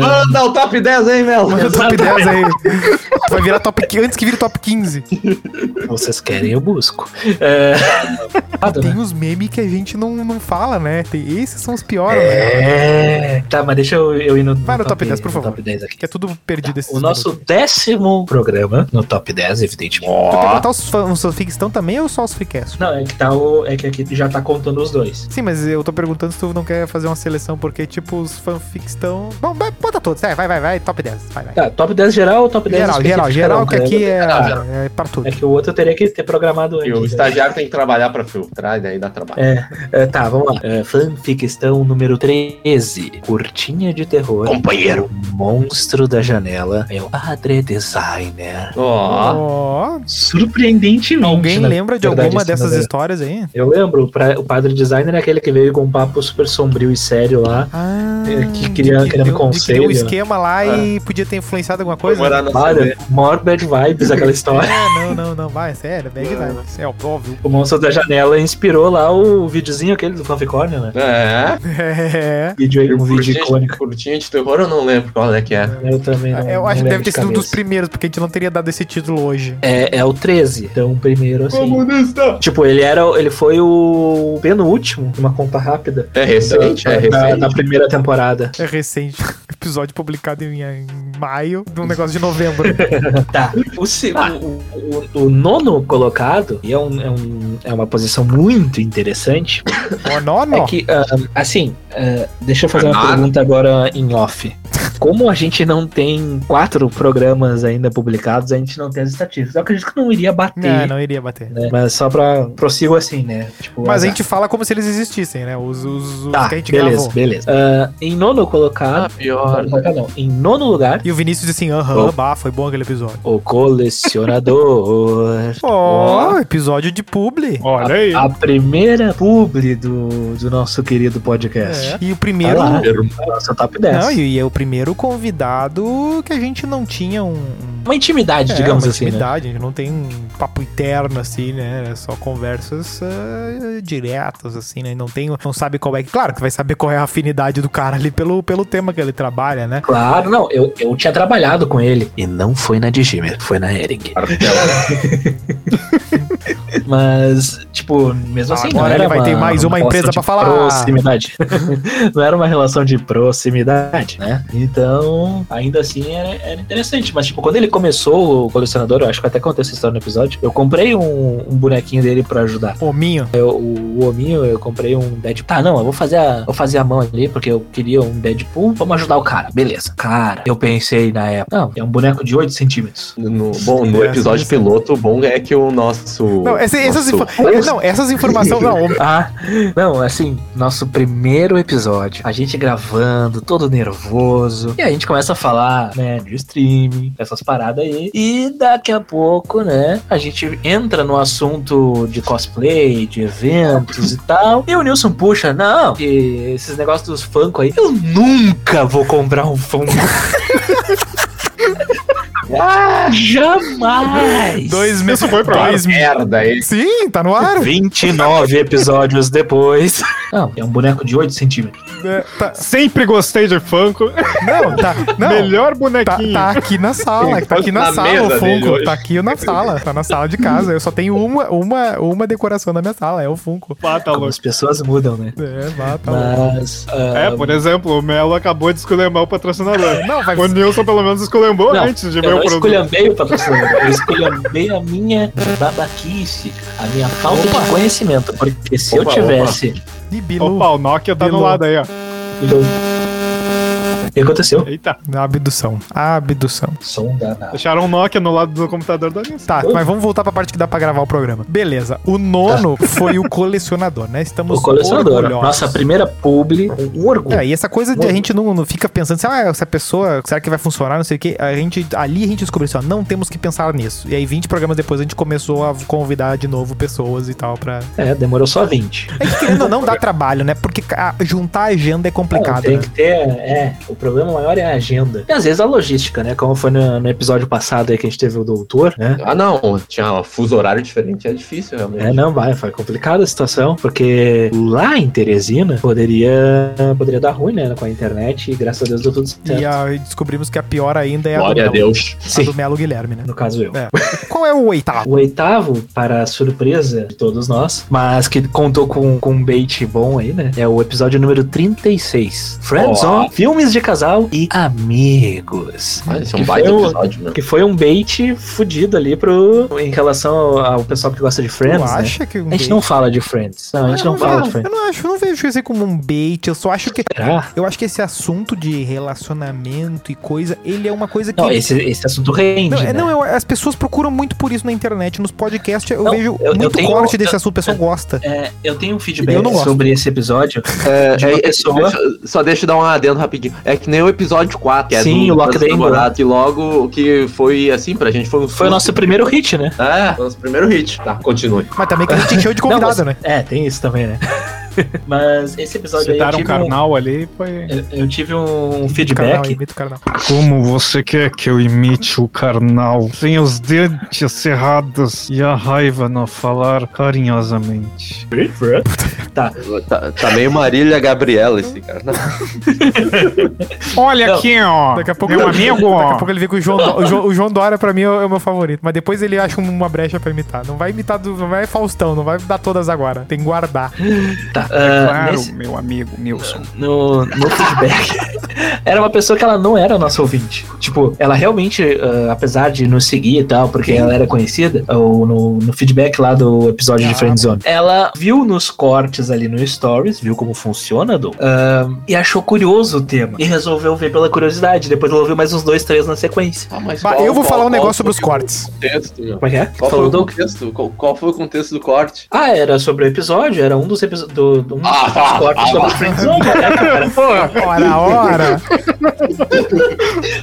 Manda o top 10 aí, Melo.
Manda o top 10 aí. Vai virar top 15 antes que vire top 15.
Vocês querem, eu busco. É. né?
Tem os memes que a gente não, não fala, né? Tem- esses são os piores, né?
É. Tá, mas deixa eu, eu ir no.
Vai no top 10, por
no
favor.
Top 10 aqui.
Que é tudo perdido esses
Ah, O nosso décimo programa no top 10, evidentemente.
Tu quer
Ó,
botar os, fan- os fanfics tão também ou só os freecast?
Não, é que tá o. É que aqui já tá contando os dois.
Sim, mas eu tô perguntando se tu não quer fazer uma seleção, porque, tipo, os fanfics estão. Bom, vai- bota todos, é, vai, vai, vai, top 10, vai, vai.
Tá, top 10 geral ou top 10
Geral, geral,
específico?
geral, que
Não,
aqui é,
geral, geral.
é para tudo.
É que o outro eu teria que ter programado
e
antes.
o
né?
estagiário tem que trabalhar pra filtrar, e daí dá trabalho.
É, tá, vamos lá. É, fanficção número 13. Curtinha de terror.
Companheiro.
O monstro da janela é o padre designer.
Ó.
Ó,
Surpreendentemente.
alguém
na
lembra de
Ah, né? verdade,
alguma
isso,
dessas
né?
histórias aí?
Eu lembro, pra- o padre designer é aquele que veio com um papo super sombrio e sério lá.
Ah,
É, que queria-
de
queria me
deu- de que deu um
conselho. né? Ah.
esquema lá e podia ter influenciado alguma
Foi
coisa?
morar na
Olha, morbid vibes aquela história.
É, não, não, não, vai, sério, bad vibes. É óbvio.
O monstro da janela inspirou lá o videozinho aquele do Fanficórnio, né?
É.
É.
Vídeo aí, um vídeo
Curtinha-
icônico.
Curtinha de terror, eu não lembro qual é que é.
Eu também não,
Eu acho
não
que
lembro
deve ter
de
sido um dos
cabeça.
primeiros, porque a gente não teria dado esse título hoje.
É, é o 13. Então, o primeiro, assim.
Comunista!
Tipo, ele era. Ele foi o penúltimo, uma conta rápida.
É recente,
Tá,
é
da, da,
recente.
da primeira temporada.
É recente, episódio publicado em, em maio, de um negócio de novembro.
Tá. O, se- o- o- o- o nono colocado, e é, um- é um- é uma posição muito interessante,
Ó, nó,
é
nó.
que, ah, assim, ah, deixa eu fazer uma
Nada.
pergunta agora em off. Como a gente não tem quatro programas ainda publicados, a gente não tem as estatísticas. Eu acredito que não iria
Não,
bater.
não iria bater.
né? Mas só pra. Prossigo assim, né? Tipo,
Mas a
azar.
gente fala como se eles existissem, né? Os, os, os
Tá,
que a gente
beleza,
gravou.
beleza. Ah, em nono colocado.
Pior.
Não, não, em nono lugar,
E o Vinícius disse assim, aham,
Oh.
bah, foi bom aquele episódio.
o colecionador.
Ó, episódio de publi.
Olha aí.
A primeira publi do, do nosso querido podcast.
É. E o primeiro...
Tá lá. Nosso top 10.
Não, e e é o primeiro convidado que a gente não tinha um, um
Uma intimidade,
É,
digamos
uma
assim. né?
intimidade, a gente não tem um papo interno assim, né? É só conversas eh, diretas assim, né? Não tem, não sabe qual é. Claro que vai saber qual é a afinidade do cara ali pelo, pelo tema que ele trabalha, né?
Claro, não, eu, eu tinha trabalhado com ele. E não foi na Digimer, foi na Ering. Mas, tipo, mesmo assim,
Agora
não era
ele vai ter mais uma
relação
empresa
de
pra falar.
Proximidade. não era uma relação de proximidade, né? Então, ainda assim era, era interessante. Mas, tipo, quando ele começou o colecionador, eu acho que eu até contei essa história no episódio, eu comprei um, um bonequinho dele pra ajudar.
Hominho.
Eu- o, o hominho, eu comprei um Deadpool. Tá, não, eu vou fazer a, vou fazer a mão ali, porque eu queria um Deadpool. Vamos ajudar o cara. Beleza. Cara, eu pensei na época. Não, é um boneco de 8 centímetros.
No- bom, no
É,
episódio
sim, sim.
piloto, o bom é que o nosso.
Não, essa- essas,
nosso-
info- é, não, essas informações. Não, hom-
Ah, não, assim, nosso primeiro episódio. A gente gravando, todo nervoso. E a gente começa a falar, né, de streaming, essas paradas aí. E daqui a pouco, né, a gente entra no assunto de cosplay, de eventos e tal. E o Nilson puxa, não, que esses negócios dos Funko aí, eu nunca vou comprar um Funko. ah, jamais!
dois meses.
Isso foi pro
dois mil-
merda, ele.
Sim, tá no ar.
29 episódios depois. Não, é um boneco de 8 centímetros.
É, tá-
Sempre gostei de Funko.
não, tá. Não.
Melhor
Tá,
bonequinho.
tá aqui na sala, tá aqui na,
Na
sala
mesa
o
dele
Funko,
hoje.
tá aqui na sala, tá na sala de casa. Eu só tenho uma, uma, uma decoração na minha sala, é o Funko.
Ah, tá
Como
louco.
as pessoas mudam, né?
É, vá, tá louco.
Mas. ah,
É, por exemplo, o Melo acabou de esculhambar o patrocinador.
Não, vai
O Nilson pelo menos esculhambou
Não,
antes de ver
eu
o
não
produto.
esculhambei o patrocinador, eu esculhambei a minha babaquice, a minha falta de conhecimento. Porque se eu
Opa,
tivesse.
de Bilu.
Opa, o Nokia tá do
Bilu.
lado aí, ó.
eu- O que aconteceu?
Eita,
Abdução, abdução.
Som danado.
deixaram um Nokia no lado do computador da Nilson.
Tá, mas vamos voltar pra parte que dá pra gravar o programa. Beleza, o nono foi o colecionador, né? Estamos
O colecionador,
orgulhosos.
nossa primeira publi, um orgulho.
É, e essa coisa de a gente não, não fica pensando assim, ah, essa pessoa, será que vai funcionar, não sei o quê. A gente, ali a gente descobriu assim, ó, não temos que pensar nisso. E aí 20 programas depois a gente começou a convidar de novo pessoas e tal pra...
É, demorou só 20.
É que querendo ou não dá trabalho, né? Porque ca- juntar a agenda é complicado,
Tem
né?
que ter, é, o problema maior é a agenda. E às vezes a logística, né? Como foi no, no episódio passado aí que a gente teve o doutor, né?
Ah, não, tinha um fuso horário diferente, é difícil, realmente.
É, não, vai, foi complicada a situação, porque lá em Teresina poderia, poderia dar ruim, né, com a internet, e graças a Deus deu tudo certo.
E aí descobrimos que a pior ainda é a
Glória a
do, Melo,
Deus.
a
Sim,
do Melo Guilherme, né?
no caso eu.
Qual é o oitavo?
O oitavo, para a surpresa de todos nós, mas que contou com, com um bait bom aí, né? É o episódio número 36. Friends
Ó.
on Filmes de Casal e Amigos.
Ah, esse é
Que
um baita
foi o-
episódio, meu.
Que foi um bait fudido ali pro, em relação ao, ao pessoal que gosta de
Tu
Friends, né?
acha que um
A gente não fala de Friends. Não, a gente não fala de
Eu
Friends.
não acho, eu não vejo isso aí como um bait, eu só acho que
Será?
eu acho que esse assunto de relacionamento e coisa, ele é uma coisa que
Não, esse, esse assunto rende,
Não, é-
né?
não, eu- as pessoas procuram muito por isso na internet, nos podcasts. Eu
Não,
vejo
eu- eu
muito
tenho-
corte desse
eu-
assunto, o pessoal gosta.
É, eu tenho um feedback
Eu não gosto.
sobre esse episódio.
É,
de uma
é- é-
pessoa.
só- Só deixa eu dar um adendo rapidinho. É que nem o episódio 4, que
Sim,
é do
o Lock
Lance
the Angle.
Namorato, E logo o que foi assim pra gente, foi um
Foi o nosso primeiro hit, né?
É, foi o nosso primeiro hit. Tá, continue.
Mas também que a gente encheu de convidado,
mas-
né?
É, tem isso também, né? Mas esse episódio aí tipo eu
Citaram um
tive,
carnal ali foi.
um, eu- eu tive um
Carnal,
feedback.
imita o carnal.
É Como você quer que eu imite o carnal? Sem os dentes cerrados e a raiva não falar carinhosamente.
Tá, tá meio Marília Gabriela esse cara. Não,
Olha
Não.
aqui, ó.
Daqui a pouco
meu
ele-
amigo.
Daqui a pouco ele vê que o João, Do- o João, o João Dória, pra mim, é o meu favorito. Mas depois ele acha uma brecha pra imitar. Não vai imitar, do, não vai Faustão, não vai dar todas agora. Tem que guardar.
É
Tá, ah,
É
Claro,
nesse-
meu amigo Nilson.
no, no feedback. era uma pessoa que ela não era nossa ouvinte. Tipo, ela realmente, ah, apesar de nos seguir e tal, porque ela era conhecida, ah, ou no, no feedback lá do episódio de
Ah.
Friendzone, ela viu nos cortes ali no Stories, viu como funciona, Dom, ah, e achou curioso o tema. E resolveu ver pela curiosidade. Depois ela ouviu mais uns dois, três na sequência.
Ah, mas
Bah,
qual-
eu vou
qual-
falar um
qual
negócio sobre
foi
os cortes.
o contexto, meu?
Como é que é? Falou,
Qual foi o
Doug?
contexto? Qual, qual foi o contexto do corte?
Ah, era sobre o episódio, era um dos episódios. Do, do- um dos
Ah, ah,
cortes
ah,
sobre o Friendzone, né, cara?
Ora, ora.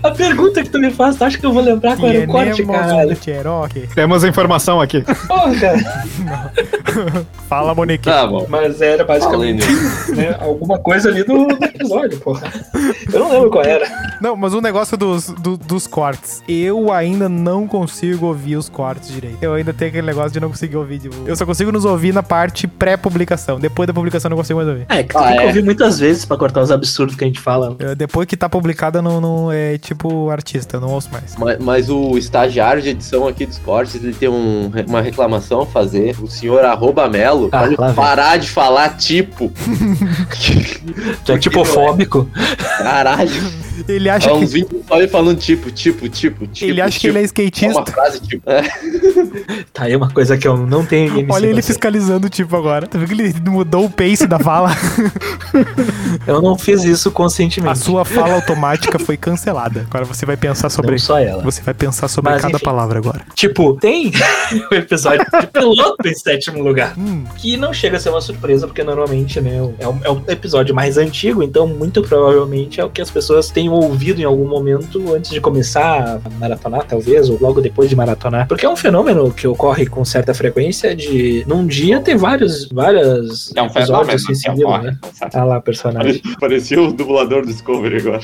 A pergunta que tu me faz, tu acha que eu vou lembrar qual
é
é
era o corte,
Tenemos
caralho?
um Cherokee.
Temos informação aqui.
Porra!
Fala, Monique.
Tá bom.
Mas era
Falei,
basicamente
né?
né, alguma coisa ali do, do episódio, porra. Eu não lembro qual era.
Não, mas o negócio dos, do- dos cortes. Eu ainda não consigo ouvir os cortes direito. Eu ainda tenho aquele negócio de não conseguir ouvir. Tipo, eu só consigo nos ouvir na parte pré-publicação. Depois da publicação eu não consigo mais ouvir.
É, que tu
Ah,
tem que
é.
ouvir muitas vezes pra cortar os absurdos que a gente fala.
Eu- depois que tá publicada, não, não é tipo artista, eu não ouço mais.
Ma- Mas, o estagiário de edição aqui dos cortes, ele tem um- uma reclamação a fazer. O senhor arroba Melo,
Ah,
pra ele
lá vem.
parar de falar tipo.
Tu é tipofóbico.
Caralho.
Ele acha
Há
que.
É uns 20 minutos só ele falando tipo, tipo, tipo, tipo.
Ele acha que ele
tipo.
é
É uma
skatista.
frase tipo. É,
Tá aí uma coisa que eu não tenho em
Olha ele
cima.
fiscalizando, tipo, agora. Tu viu que ele mudou o pace da fala?
Eu não fiz isso
A
conscientemente.
sua fala automática foi cancelada. Agora você vai pensar sobre.
Não só ela.
Você vai pensar sobre
Mas,
cada
enfim.
palavra agora.
Tipo, tem o episódio de piloto em sétimo lugar.
Hum,
Que não chega a ser uma surpresa, porque normalmente, né, é um, é um episódio mais antigo, então muito provavelmente é o que as pessoas tenham ouvido em algum momento antes de começar a maratonar, talvez, ou logo depois de maratonar. Porque é um fenômeno que ocorre com certa frequência de num dia ter vários, várias
um fenômeno,
episódios assim,
é um
seguidos,
corre.
né? Ah lá, personagem.
Parecia o dublador do Discovery agora.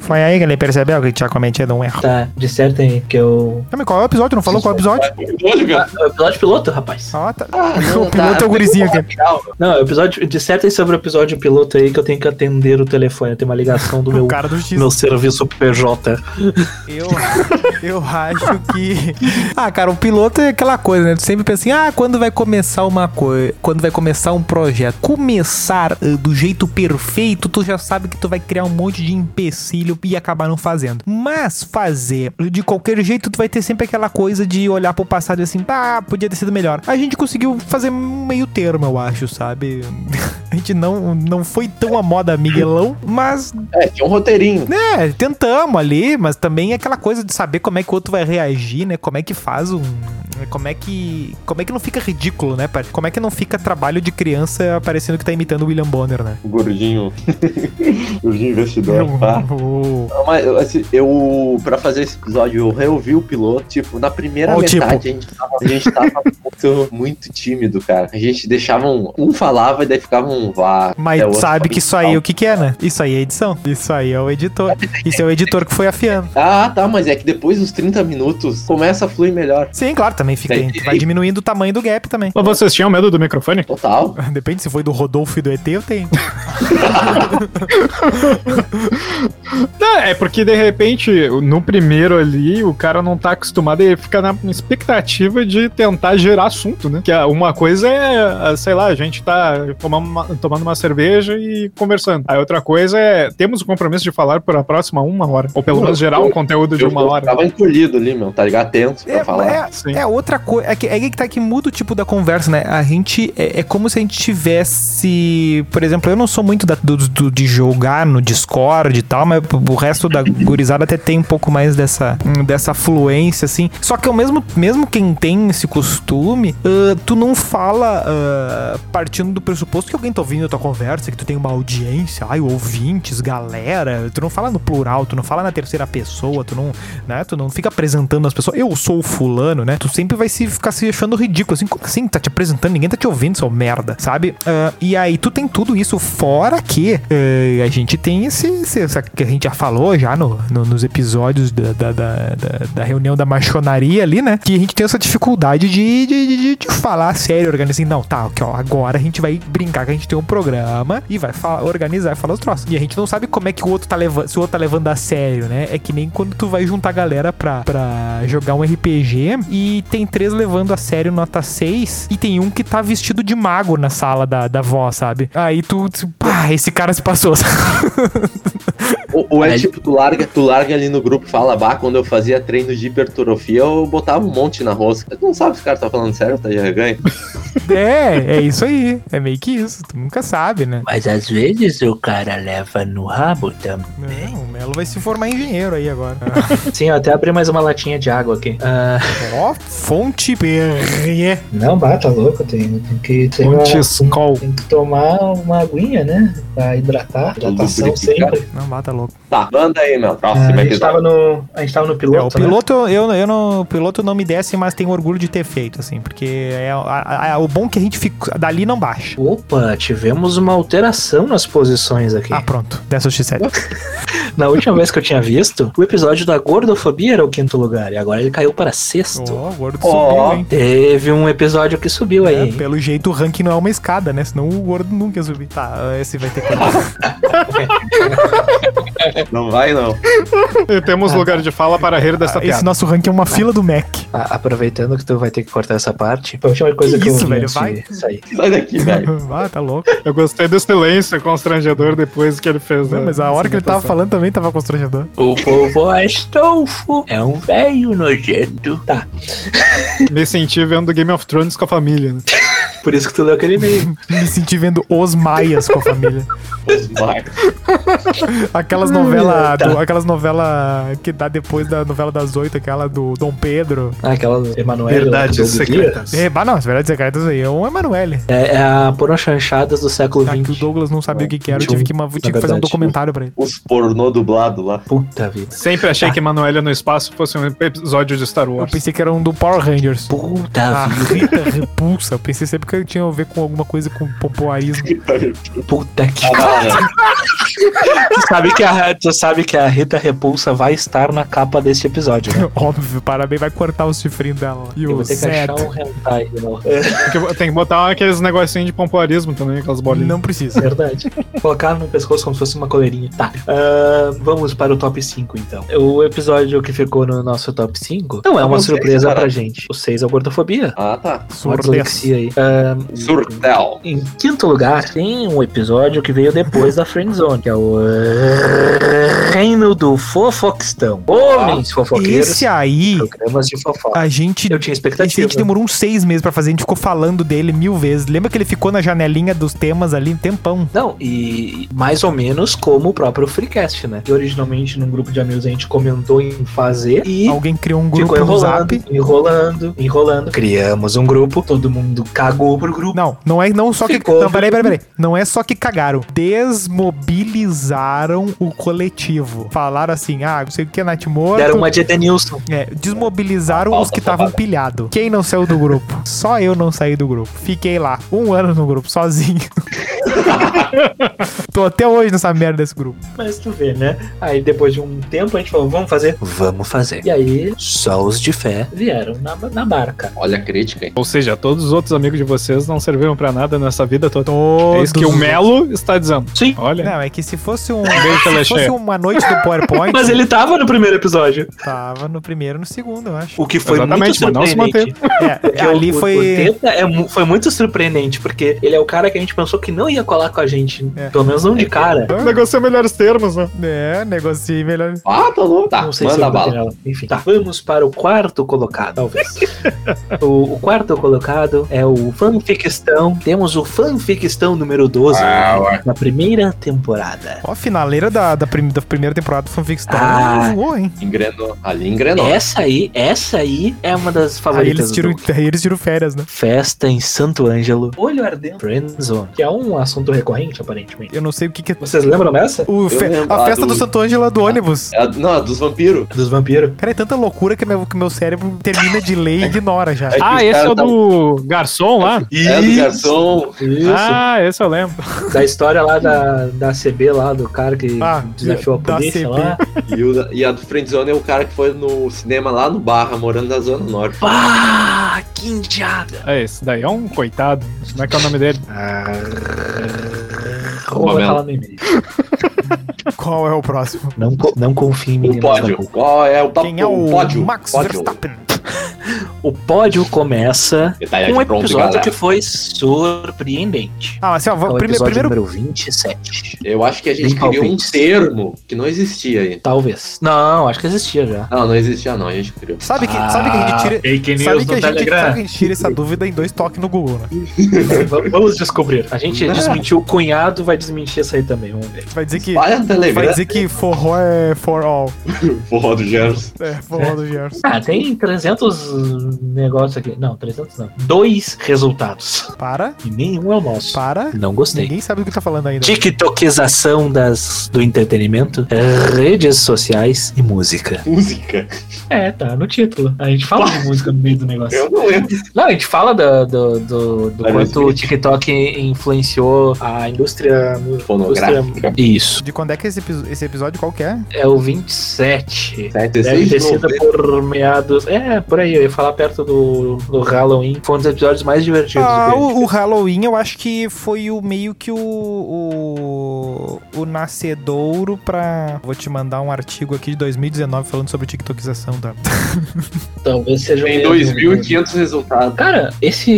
Foi aí que ele percebeu que tinha cometido um erro.
Tá, dissertem aí que eu.
Não, mas qual é o episódio? Não falou qual é o episódio?
Ah, é o episódio piloto, rapaz.
Ah, tá. o piloto é o gurizinho aqui.
Não, é o episódio. Dissertem sobre o episódio piloto aí que eu tenho que atender o telefone. Tem uma ligação do
O
meu
cara do X.
meu serviço PJ.
Eu, eu acho que. Ah, cara, o piloto é aquela coisa, né? Tu sempre pensa assim, ah, quando vai começar uma coisa. Quando vai começar um projeto. Começar ah, do jeito perfeito, tu já sabe que tu vai criar um monte de empecilho e acabar não fazendo. Mas fazer de qualquer jeito, tu vai ter sempre aquela coisa de olhar pro passado e assim, ah, podia ter sido melhor. A gente conseguiu fazer um meio termo, eu acho, sabe? A gente não, não foi tão à moda Miguelão, mas
É, tinha um roteirinho.
é, tentamos ali, mas também é aquela coisa de saber como é que o outro vai reagir, né? Como é que faz um. Como é que. Como é que não fica ridículo, né, pai? Como é que não fica trabalho de criança parecendo que tá imitando o William Bonner, né?
O gordinho. gordinho investidor.
O-
Não, Mas assim, eu, pra fazer esse episódio, eu reouvi o piloto. Tipo, na primeira
Ó o
metade a gente tava, a gente tava muito, muito tímido, cara. A gente deixava um. Um falava e daí ficava um vá.
Mas
até o outro
sabe que isso aí
falava.
o que, que é, né? Isso aí é edição. Isso aí é o editor. Isso é o editor que foi afiando.
Ah, tá, mas é que depois dos 30 minutos começa a fluir melhor.
Sim, claro, também fica.
Tem-
Vai diminuindo o tamanho do gap também.
Mas vocês tinham medo do microfone?
Total.
Depende se foi do Rodolfo e do ET, eu tenho.
Não, é porque de repente, no primeiro ali, o cara não tá acostumado e fica na expectativa de tentar gerar assunto, né? Que ah, uma coisa é, ah, sei lá, a gente tá tomando uma, tomando uma cerveja e conversando. Aí outra coisa é, temos o compromisso de falar por a próxima uma hora. Ou pelo
Não,
menos gerar um conteúdo de
eu,
uma
eu
hora.
tava encolhido ali, meu, tá ligado? Tenso pra
É,
falar.
é,
Sim.
É outra coisa. É que, é que tá que muda o tipo da conversa, né? A gente. É, é como se a gente tivesse. Por exemplo, eu não sou muito da- do, do- de jogar no Discord e tal, mas o resto da gurizada até tem um pouco mais dessa, hum, dessa fluência, assim. Só que ao mesmo, mesmo quem tem esse costume, ah, tu não fala ah, partindo do pressuposto que alguém tá ouvindo a tua conversa, que tu tem uma audiência, ai, ouvintes, galera. Tu não fala no plural, tu não fala na terceira pessoa, tu não né? Tu não fica apresentando as pessoas. Eu sou o fulano, né? Tu sempre vai se ficar se achando ridículo. Assim, como assim? Tá te apresentando, ninguém tá te ouvindo, seu merda, sabe? Ah, e aí tu tem tudo isso, fora que eh, a gente tem esse, esse- essa que a gente já falou já no, no- nos episódios da, da, da, da- da reunião da machonaria ali, né? Que a gente tem essa dificuldade de, de, de- de- de falar sério, organizar assim, não, tá, ok, ó, agora a gente vai brincar que a gente tem um programa e vai falar, organizar e falar os troços. E a gente não sabe como é que o outro tá levando, se o outro tá levando a sério, né? É que nem quando tu vai juntar a galera pra, pra jogar um RPG e tem três levando a sério nota 6 e tem um que tá vestido de mago na sala da, da avó, sabe? Aí tu, tu pá, esse cara se passou. sabe?
Ou, ou é tipo, tu larga, tu larga ali no grupo e fala, bah, quando eu fazia treino de hipertrofia, eu botava um monte na rosca. Tu não sabe se o cara tá falando sério, tá de reganho.
é, é isso aí. É meio que isso. Tu nunca sabe, né?
Mas às vezes o cara leva no rabo também.
Não, o Melo vai se formar engenheiro aí agora.
Sim, eu até abri mais uma latinha de água aqui. Ah,
Ó, fonte PR.
não, bata louco, tem, tem que ter uma-
Antes, call.
tem que tomar uma aguinha, né? Pra hidratar. Hidratação
Lubrificar.
sempre.
Não mata louco.
Tá, manda aí, meu.
Ah,
Próximo
a, gente
episódio.
tava no, a gente tava no
É, o
piloto. né?
piloto, eu, eu não, o piloto não me desce, mas tenho orgulho de ter feito, assim, porque é, a- a- o bom é que a gente fica, dali não baixa.
Opa, tivemos uma alteração nas posições aqui.
Ah, pronto. Desce o X7.
Na última vez que eu tinha visto, o episódio da gordofobia era o quinto lugar, e agora ele caiu para sexto.
Ó, o gordo
Ó.
subiu, hein?
Teve um episódio que subiu aí.
É,
hein?
pelo jeito o ranking não é uma escada, né? Senão o gordo nunca ia subir. Tá, esse vai ter que
Não vai, não.
E temos lugar de fala para rir dessa
Esse
piada.
nosso ranking é uma fila do Mac.
A- aproveitando que tu vai ter que cortar essa parte, foi a última coisa
Que
que,
isso,
eu vi
velho,
antes
vai.
de sair.
Sai daqui, velho.
ah, tá louco.
Eu gostei do silêncio constrangedor depois que ele fez.
Não,
né,
mas a hora que ele tava
apresentação.
falando também tava constrangedor.
O povo Astolfo é um velho nojento. Tá,
Me senti vendo Game of Thrones com a família. Né?
por isso que tu leu aquele e-mail.
Me senti vendo os Maias com a família.
Os mais.
Aquelas novelas.
tá.
Aquelas novelas que dá depois da novela das oito, aquela do Dom Pedro.
Ah, aquela do Emanuel.
Verdades
do Dom Guia.
secretas.
É, bah, não, as verdades secretas aí. É um Emanuele.
É, é a porno chanchadas do século
Ah, que o
XX.
Douglas não sabia o que, que era. Eu tive que, ma- tive que fazer um
verdade.
documentário pra ele.
Os pornô dublado lá.
Puta vida.
Sempre achei que Manuela no Espaço fosse um episódio de Star
Eu
Wars.
pensei que era um do Power Rangers.
Puta
Ah,
vida.
Rita Repulsa. Eu pensei sempre que tinha a ver com alguma coisa com pompoarismo.
Puta que
Ah,
Ah, Tu sabe que a, tu sabe que a Rita Repulsa vai estar na capa deste episódio, né?
Óbvio, parabéns, vai cortar o chifrinho dela. E
Eu
o
vou ter que
Zed.
achar um hentai, não. É
Tem que- Tem que botar aqueles negocinhos de pompoarismo também, aquelas bolinhas.
Não precisa.
verdade. Colocar no pescoço como se fosse uma coleirinha. Tá. Ah, vamos para o top 5, então. O episódio que ficou no nosso top 5 não é uma
Não sei,
surpresa
cara.
pra gente. O 6 é o Gordofobia.
ah, tá.
Uma
Surdez.
dislexia aí. Ah,
Surtel.
em quinto lugar, tem um episódio que veio depois da Friendzone, que é o ah, Reino do Fofoquistão. Homens fofoqueiros,
Esse aí,
programas de fofoca.
a gente.
Eu tinha
Esse um- aí a
expectativa.
gente demorou uns seis meses pra fazer, a gente ficou falando dele mil vezes. Lembra que ele ficou na janelinha dos temas ali um tempão?
Não, e mais ou menos como o próprio Freecast, né? Que originalmente num grupo de amigos a gente comentou em fazer e
Alguém criou um grupo
ficou
no
enrolando,
zap.
enrolando, enrolando. Criamos um grupo, todo mundo cagou pro grupo.
Não, não é não só que.
Ficou.
Não, peraí, peraí, peraí. Não é só que cagaram. Desmobilizaram o coletivo. Falaram assim, ah, não sei o que, Nath Morto.
Deram um uma de Edenilson.
É, desmobilizaram
Falta
os que estavam
safada.
pilhados. Quem não saiu do grupo? Só eu não saí do grupo. Fiquei lá, um ano no grupo, sozinho. Tô até hoje nessa merda desse grupo.
Mas tu vê, né? Aí depois de um tempo a gente falou, vamos fazer? Vamos fazer. E aí, só os de fé vieram na, na barca.
Olha a crítica, hein?
Ou seja, todos os outros amigos de vocês não serviram pra nada nessa vida toda.
Todos
é isso que o
os-
Melo está dizendo.
Sim.
Olha,
Não, é que se fosse um.
beijo,
se
Alexandre.
fosse uma noite do PowerPoint,
Mas ele tava no primeiro episódio.
tava no primeiro no segundo, eu acho.
O que foi
Exatamente,
muito
mas não se
surpreendente.
manteve.
É,
Porque
ali
o- o- O
foi.
Teta é mu- foi muito surpreendente, porque ele é o cara que a gente pensou que não ia colar com a gente.
É.
Pelo menos não de cara.
Negociou melhores termos, né?
É, negocinho melhor.
Ah, tá louco. Tá,
não sei se
manda
eu vou
bala.
ter ela. Enfim, tá. Vamos para o quarto colocado, talvez. o, o quarto colocado é o fanficistão. Temos o fanficistão número 12
Ah,
na primeira temporada.
Ó, a finaleira da, da, prim- da primeira temporada do Fanfic Story
Ah.
voou, hein?
Engrenou. Ali engrenou.
Essa aí, essa É aí então. é uma das
Aí
favoritas.
eles,
do
tiram,
Doug.
aí eles tiram férias, né?
Festa em Santo Ângelo. Olho ardendo. Friendzone. Que é um assunto recorrente, aparentemente.
Eu não sei o que, que é.
Vocês lembram dessa?
O fe-
lembro-
A
ah,
festa do
do-
Santo Ângelo é do ônibus.
É a- não, a dos vampiros.
Dos vampiros.
Cara, é tanta loucura que meu, que meu cérebro termina de ler e ignora já.
É.
Ah,
Esse
esse é
cara
o
tá-
do garçom lá?
É do garçom.
Isso.
Ah, esse eu lembro.
Da história lá da, da CB lá, do cara que
Ah,
desafiou a
da CB.
polícia lá.
E, o da- e a do Friendzone é o cara que foi no cinema lá no Barra, morando na Zona Norte.
Pá, que indiada.
É, esse daí é um coitado. Como é que é o nome dele?
Como Ah, vai
Pamela.
falar no e-mail?
Qual é o próximo?
Não, co- não confie em mim.
O pódio. Qual é o papo?
Quem é o
pódio?
Max
pódio.
Verstappen?
O pódio começa com
Detalhe
um
tá de É, pronto,
episódio
galera.
que foi surpreendente.
Ah, mas assim, ó,
É o
prime-
episódio
primeiro.
número 27.
Eu acho que a gente
Limpa
criou um
ouvintes.
termo que não existia ainda.
Talvez. Não, acho que existia já.
Não, não existia não, a gente criou.
Sabe que, sabe que a gente tira.
Fake
Sabe que, a gente, sabe que a gente tira essa dúvida em dois toques no Google, né?
Vamos descobrir. A gente desmentiu o cunhado, vai desmentir essa aí também. Vamos ver.
Vai dizer que.
Olha a
Vai
Telegram.
dizer que forró é for all.
Porra do Gerson.
É, forró do Gerson.
Ah, tem 300 negócios aqui. Não, 300 não. Dois resultados.
Para,
E nenhum é o nosso.
para.
Não gostei.
Ninguém sabe do que tá falando ainda.
TikTokização das, do entretenimento, redes sociais e música.
Música.
É, tá no título. A gente fala de música no meio do negócio.
Eu não lembro.
Não, a gente fala da- do, do, do
Várias
quanto o
vezes.
TikTok industriou a indústria
Fonográfica.
Isso.
De quando é que esse, epi- esse episódio qual que é?
É o 27. Deve
16 de
ter sido
novembro.
por meados. É, por aí, eu ia falar perto do, do Halloween. Foi um dos episódios mais divertidos.
Ah,
dele.
o, o Halloween eu acho que foi o meio que o, o, o nascedouro pra. Vou te mandar um artigo aqui de 2019 falando sobre tiktokização da.
Talvez seja um
Tem
mesmo.
2.500 resultados.
Cara, esse,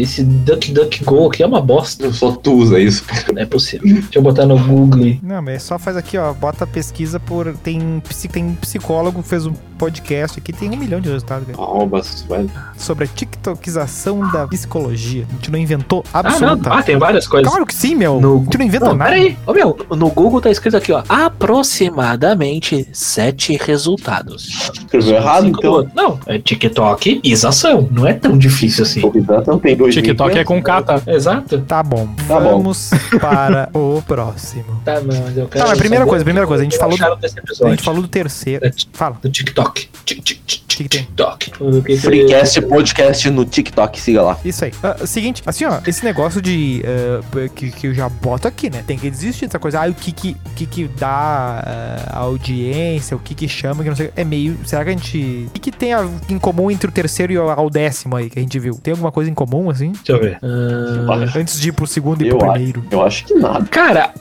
esse DuckDuckGo aqui é uma bosta.
Eu só tu usa isso.
Não é possível. Deixa eu botar no Google.
Não, mas só faz aqui, ó. Bota pesquisa por. Tem, psi- tem um psicólogo que fez um podcast aqui, tem um milhão de resultados, cara.
Arroba, velho.
Sobre a tiktokização da psicologia. A gente não inventou
Ah, não.
absolutamente.
Ah, tem várias coisas.
Claro que sim, meu.
No-
A gente não inventa
Não,
nada.
peraí. Ô, meu, no Google tá escrito aqui, ó. Aproximadamente sete resultados.
Escreveu errado,
Cinco
então.
outros. Não, é TikTok e isação. Não é tão difícil assim.
Então tem 2.500.
TikTok é com K, tá?
Exato.
Tá bom.
Tá bom.
Vamos para o próximo.
Tá, não, mas eu quero.
Tá, mas primeira coisa, primeira coisa. A gente falou. do-
do... desse
A
episódio.
gente falou do terceiro.
É.
Fala.
Do TikTok. Tic, tic, tic,
que que
tic,
tem?
TikTok. O que é? que-
Freecast Podcast no TikTok, siga lá.
Isso aí. Ah, seguinte, assim, ó, esse negócio de. ah, que, que eu já boto aqui, né? Tem que desistir dessa coisa. Ah, o que que, o que, que dá ah, audiência, o que que chama, que não sei. É meio. Será que a gente. O que, que tem a- em comum entre o terceiro e o, ao décimo aí que a gente viu? Tem alguma coisa em comum, assim?
Deixa eu
é.
ver. Ah,
Antes de ir pro segundo e
Eu
pro
acho.
primeiro.
Eu acho que nada.
Cara,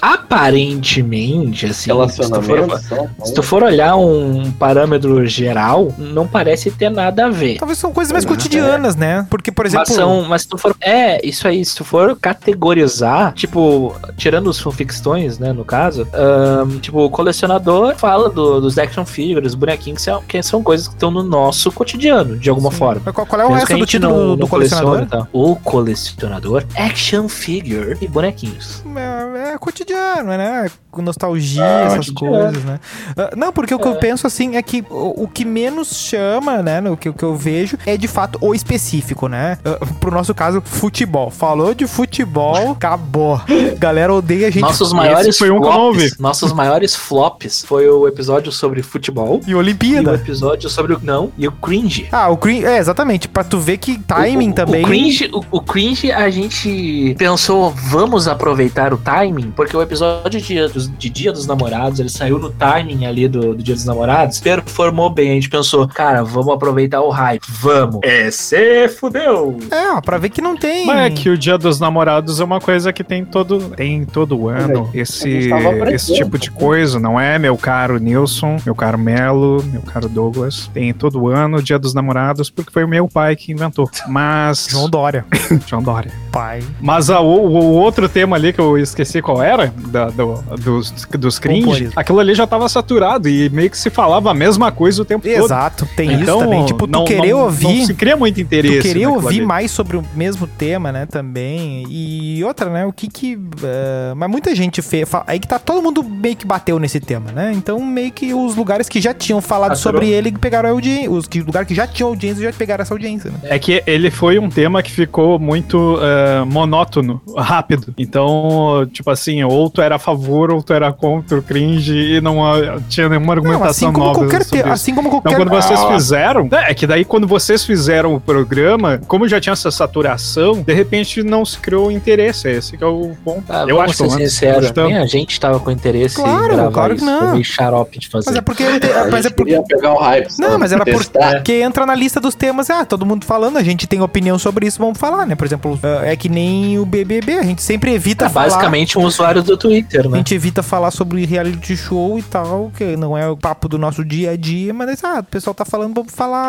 aparentemente, assim. se tu
Relacionamento.
for- Se tu for olhar um parâmetro geral, não parece ter nada a ver.
Talvez são coisas mais
Ah,
cotidianas, né? Porque, por exemplo.
Mas, são, mas se tu for. É, isso aí. Se tu for categorizar, tipo, tirando os fanficções, né, no caso, ahn, tipo, o colecionador fala do- dos action figures, bonequinhos, que são, que são coisas que estão no nosso cotidiano, de alguma
Sim.
forma.
Mas Qual, qual é o
Mesmo que a
resto do
gente
título
não-
do
não colecione
colecionador?
e tal. O colecionador, action figure e bonequinhos.
É, é cotidiano, né? Com Nostalgia, essas
É, cotidiano.
coisas, né? Ah, Não, porque o que eu penso, assim, é que o, o que menos chama, né? no que- O que, eu vejo é, de fato, o específico, né? Ah, pro nosso caso, futebol. Falou de futebol, acabou. Galera odeia a gente.
Nossos maiores
foi um que eu não
flops, nossos maiores flops foi o episódio sobre futebol
E
e o
Olimpíada.
episódio sobre o não e o cringe.
Ah, o cringe. É, exatamente. Pra tu ver que timing
o, o-
também.
O cringe, o, o cringe, a gente pensou, vamos aproveitar o timing, porque o episódio de, dos- de Dia dos Namorados, ele saiu no timing ali do, do Dia dos Namorados, performou bem. A gente pensou, cara, vamos aproveitar o hype, vamos. É, cê fudeu.
É, ó, pra ver que não tem.
Mas é que o Dia dos Namorados é uma coisa que tem todo, tem todo ano. Esse, esse tipo de coisa, não é, meu caro Nilson, meu caro Melo, meu caro Douglas? Tem todo ano o Dia dos Namorados, porque foi o meu pai que inventou. Mas.
João Dória.
João Dória.
Pai.
Mas a- o, o outro tema ali que eu esqueci qual era, da- do- dos, dos cringe,
Pompoarismo.
aquilo ali já tava saturado e meio que se falava a mesma coisa o tempo todo.
Exato, tem isso também. Tipo, tu
então, não-
querer
não-
ouvir.
Não se cria muito interesse. né,
Tu querer
naquilo
ouvir
ali.
mais sobre o mesmo tema, né, também. E outra, né, o que que... eh, mas muita gente fez... Aí que tá todo mundo meio que bateu nesse tema, né? Então meio que os lugares que já tinham
Ah,
falado
Saturou.
sobre ele pegaram a audiência. Os que, lugares que já tinham audiência já pegaram essa audiência, né?
É que ele foi um tema que ficou muito eh, monótono, rápido. Então, tipo assim, ou tu era a favor ou tu era contra o cringe e não ah, tinha nenhuma
Não,
argumentação
assim como
nova.
qualquer
sobre
tema.
isso.
Assim como
Então,
qualquer...
quando vocês
Ah.
fizeram. É que daí, quando vocês fizeram o programa, como já tinha essa saturação, de repente não se criou interesse. Esse que é o ponto.
Ah,
eu
vamos
acho
ser
pelo menos.
sincero,
Acho que tá-
nem a gente tava com interesse
Claro,
em gravar
claro que
isso,
não.
foi meio xarope de fazer.
mas
assim.
é porque... Mas é
gente
porque...
queria pegar o hype. só
Não, mas era por-
é.
testar.
Porque entra na lista dos temas, ah, todo mundo falando, a gente tem opinião sobre isso, vamos falar, né? Por exemplo, eh, é que nem o BBB, a gente sempre evita
É
falar...
basicamente um usuário do Twitter,
A
né?
gente evita falar sobre reality show e tal, que não é o papo do nosso dia a dia, mas ah, o pessoal tá falando, vamos falar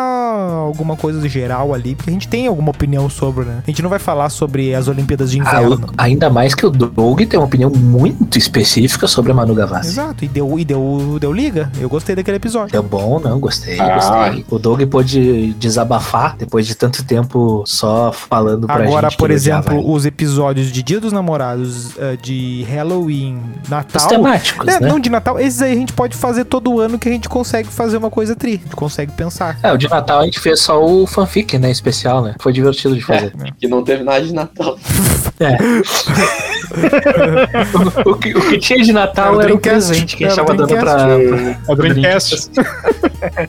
alguma coisa geral ali, porque a gente tem alguma opinião sobre, né? A gente não vai falar sobre as Olimpíadas de
Ah, o-
Inverno.
ainda mais que o Doug tem uma opinião muito específica sobre a Manu Gavassi.
Exato, e deu, e deu deu, deu liga. Eu gostei daquele episódio.
Deu bom, não, gostei,
Ah.
gostei. O Doug pôde desabafar depois de tanto tempo só falando pra
Agora,
gente.
por
que ele odiava
exemplo,
ele.
os episódios de Dia dos Namorados, eh, de Halloween,
os
Natal.
temáticos,
É,
né?
Não, de Natal, esses aí a gente pode fazer todo ano que a gente consegue fazer uma coisa tri. A gente consegue pensar.
É, o de Natal a gente fez só o fanfic, né? Especial, né? Foi divertido de fazer.
Que não teve nada de Natal.
O, o que, o que tinha de Natal
É, Era o
era o
Dreamcast.
presente que a gente
Era o
tava dando pra,
O Dreamcast.
pra,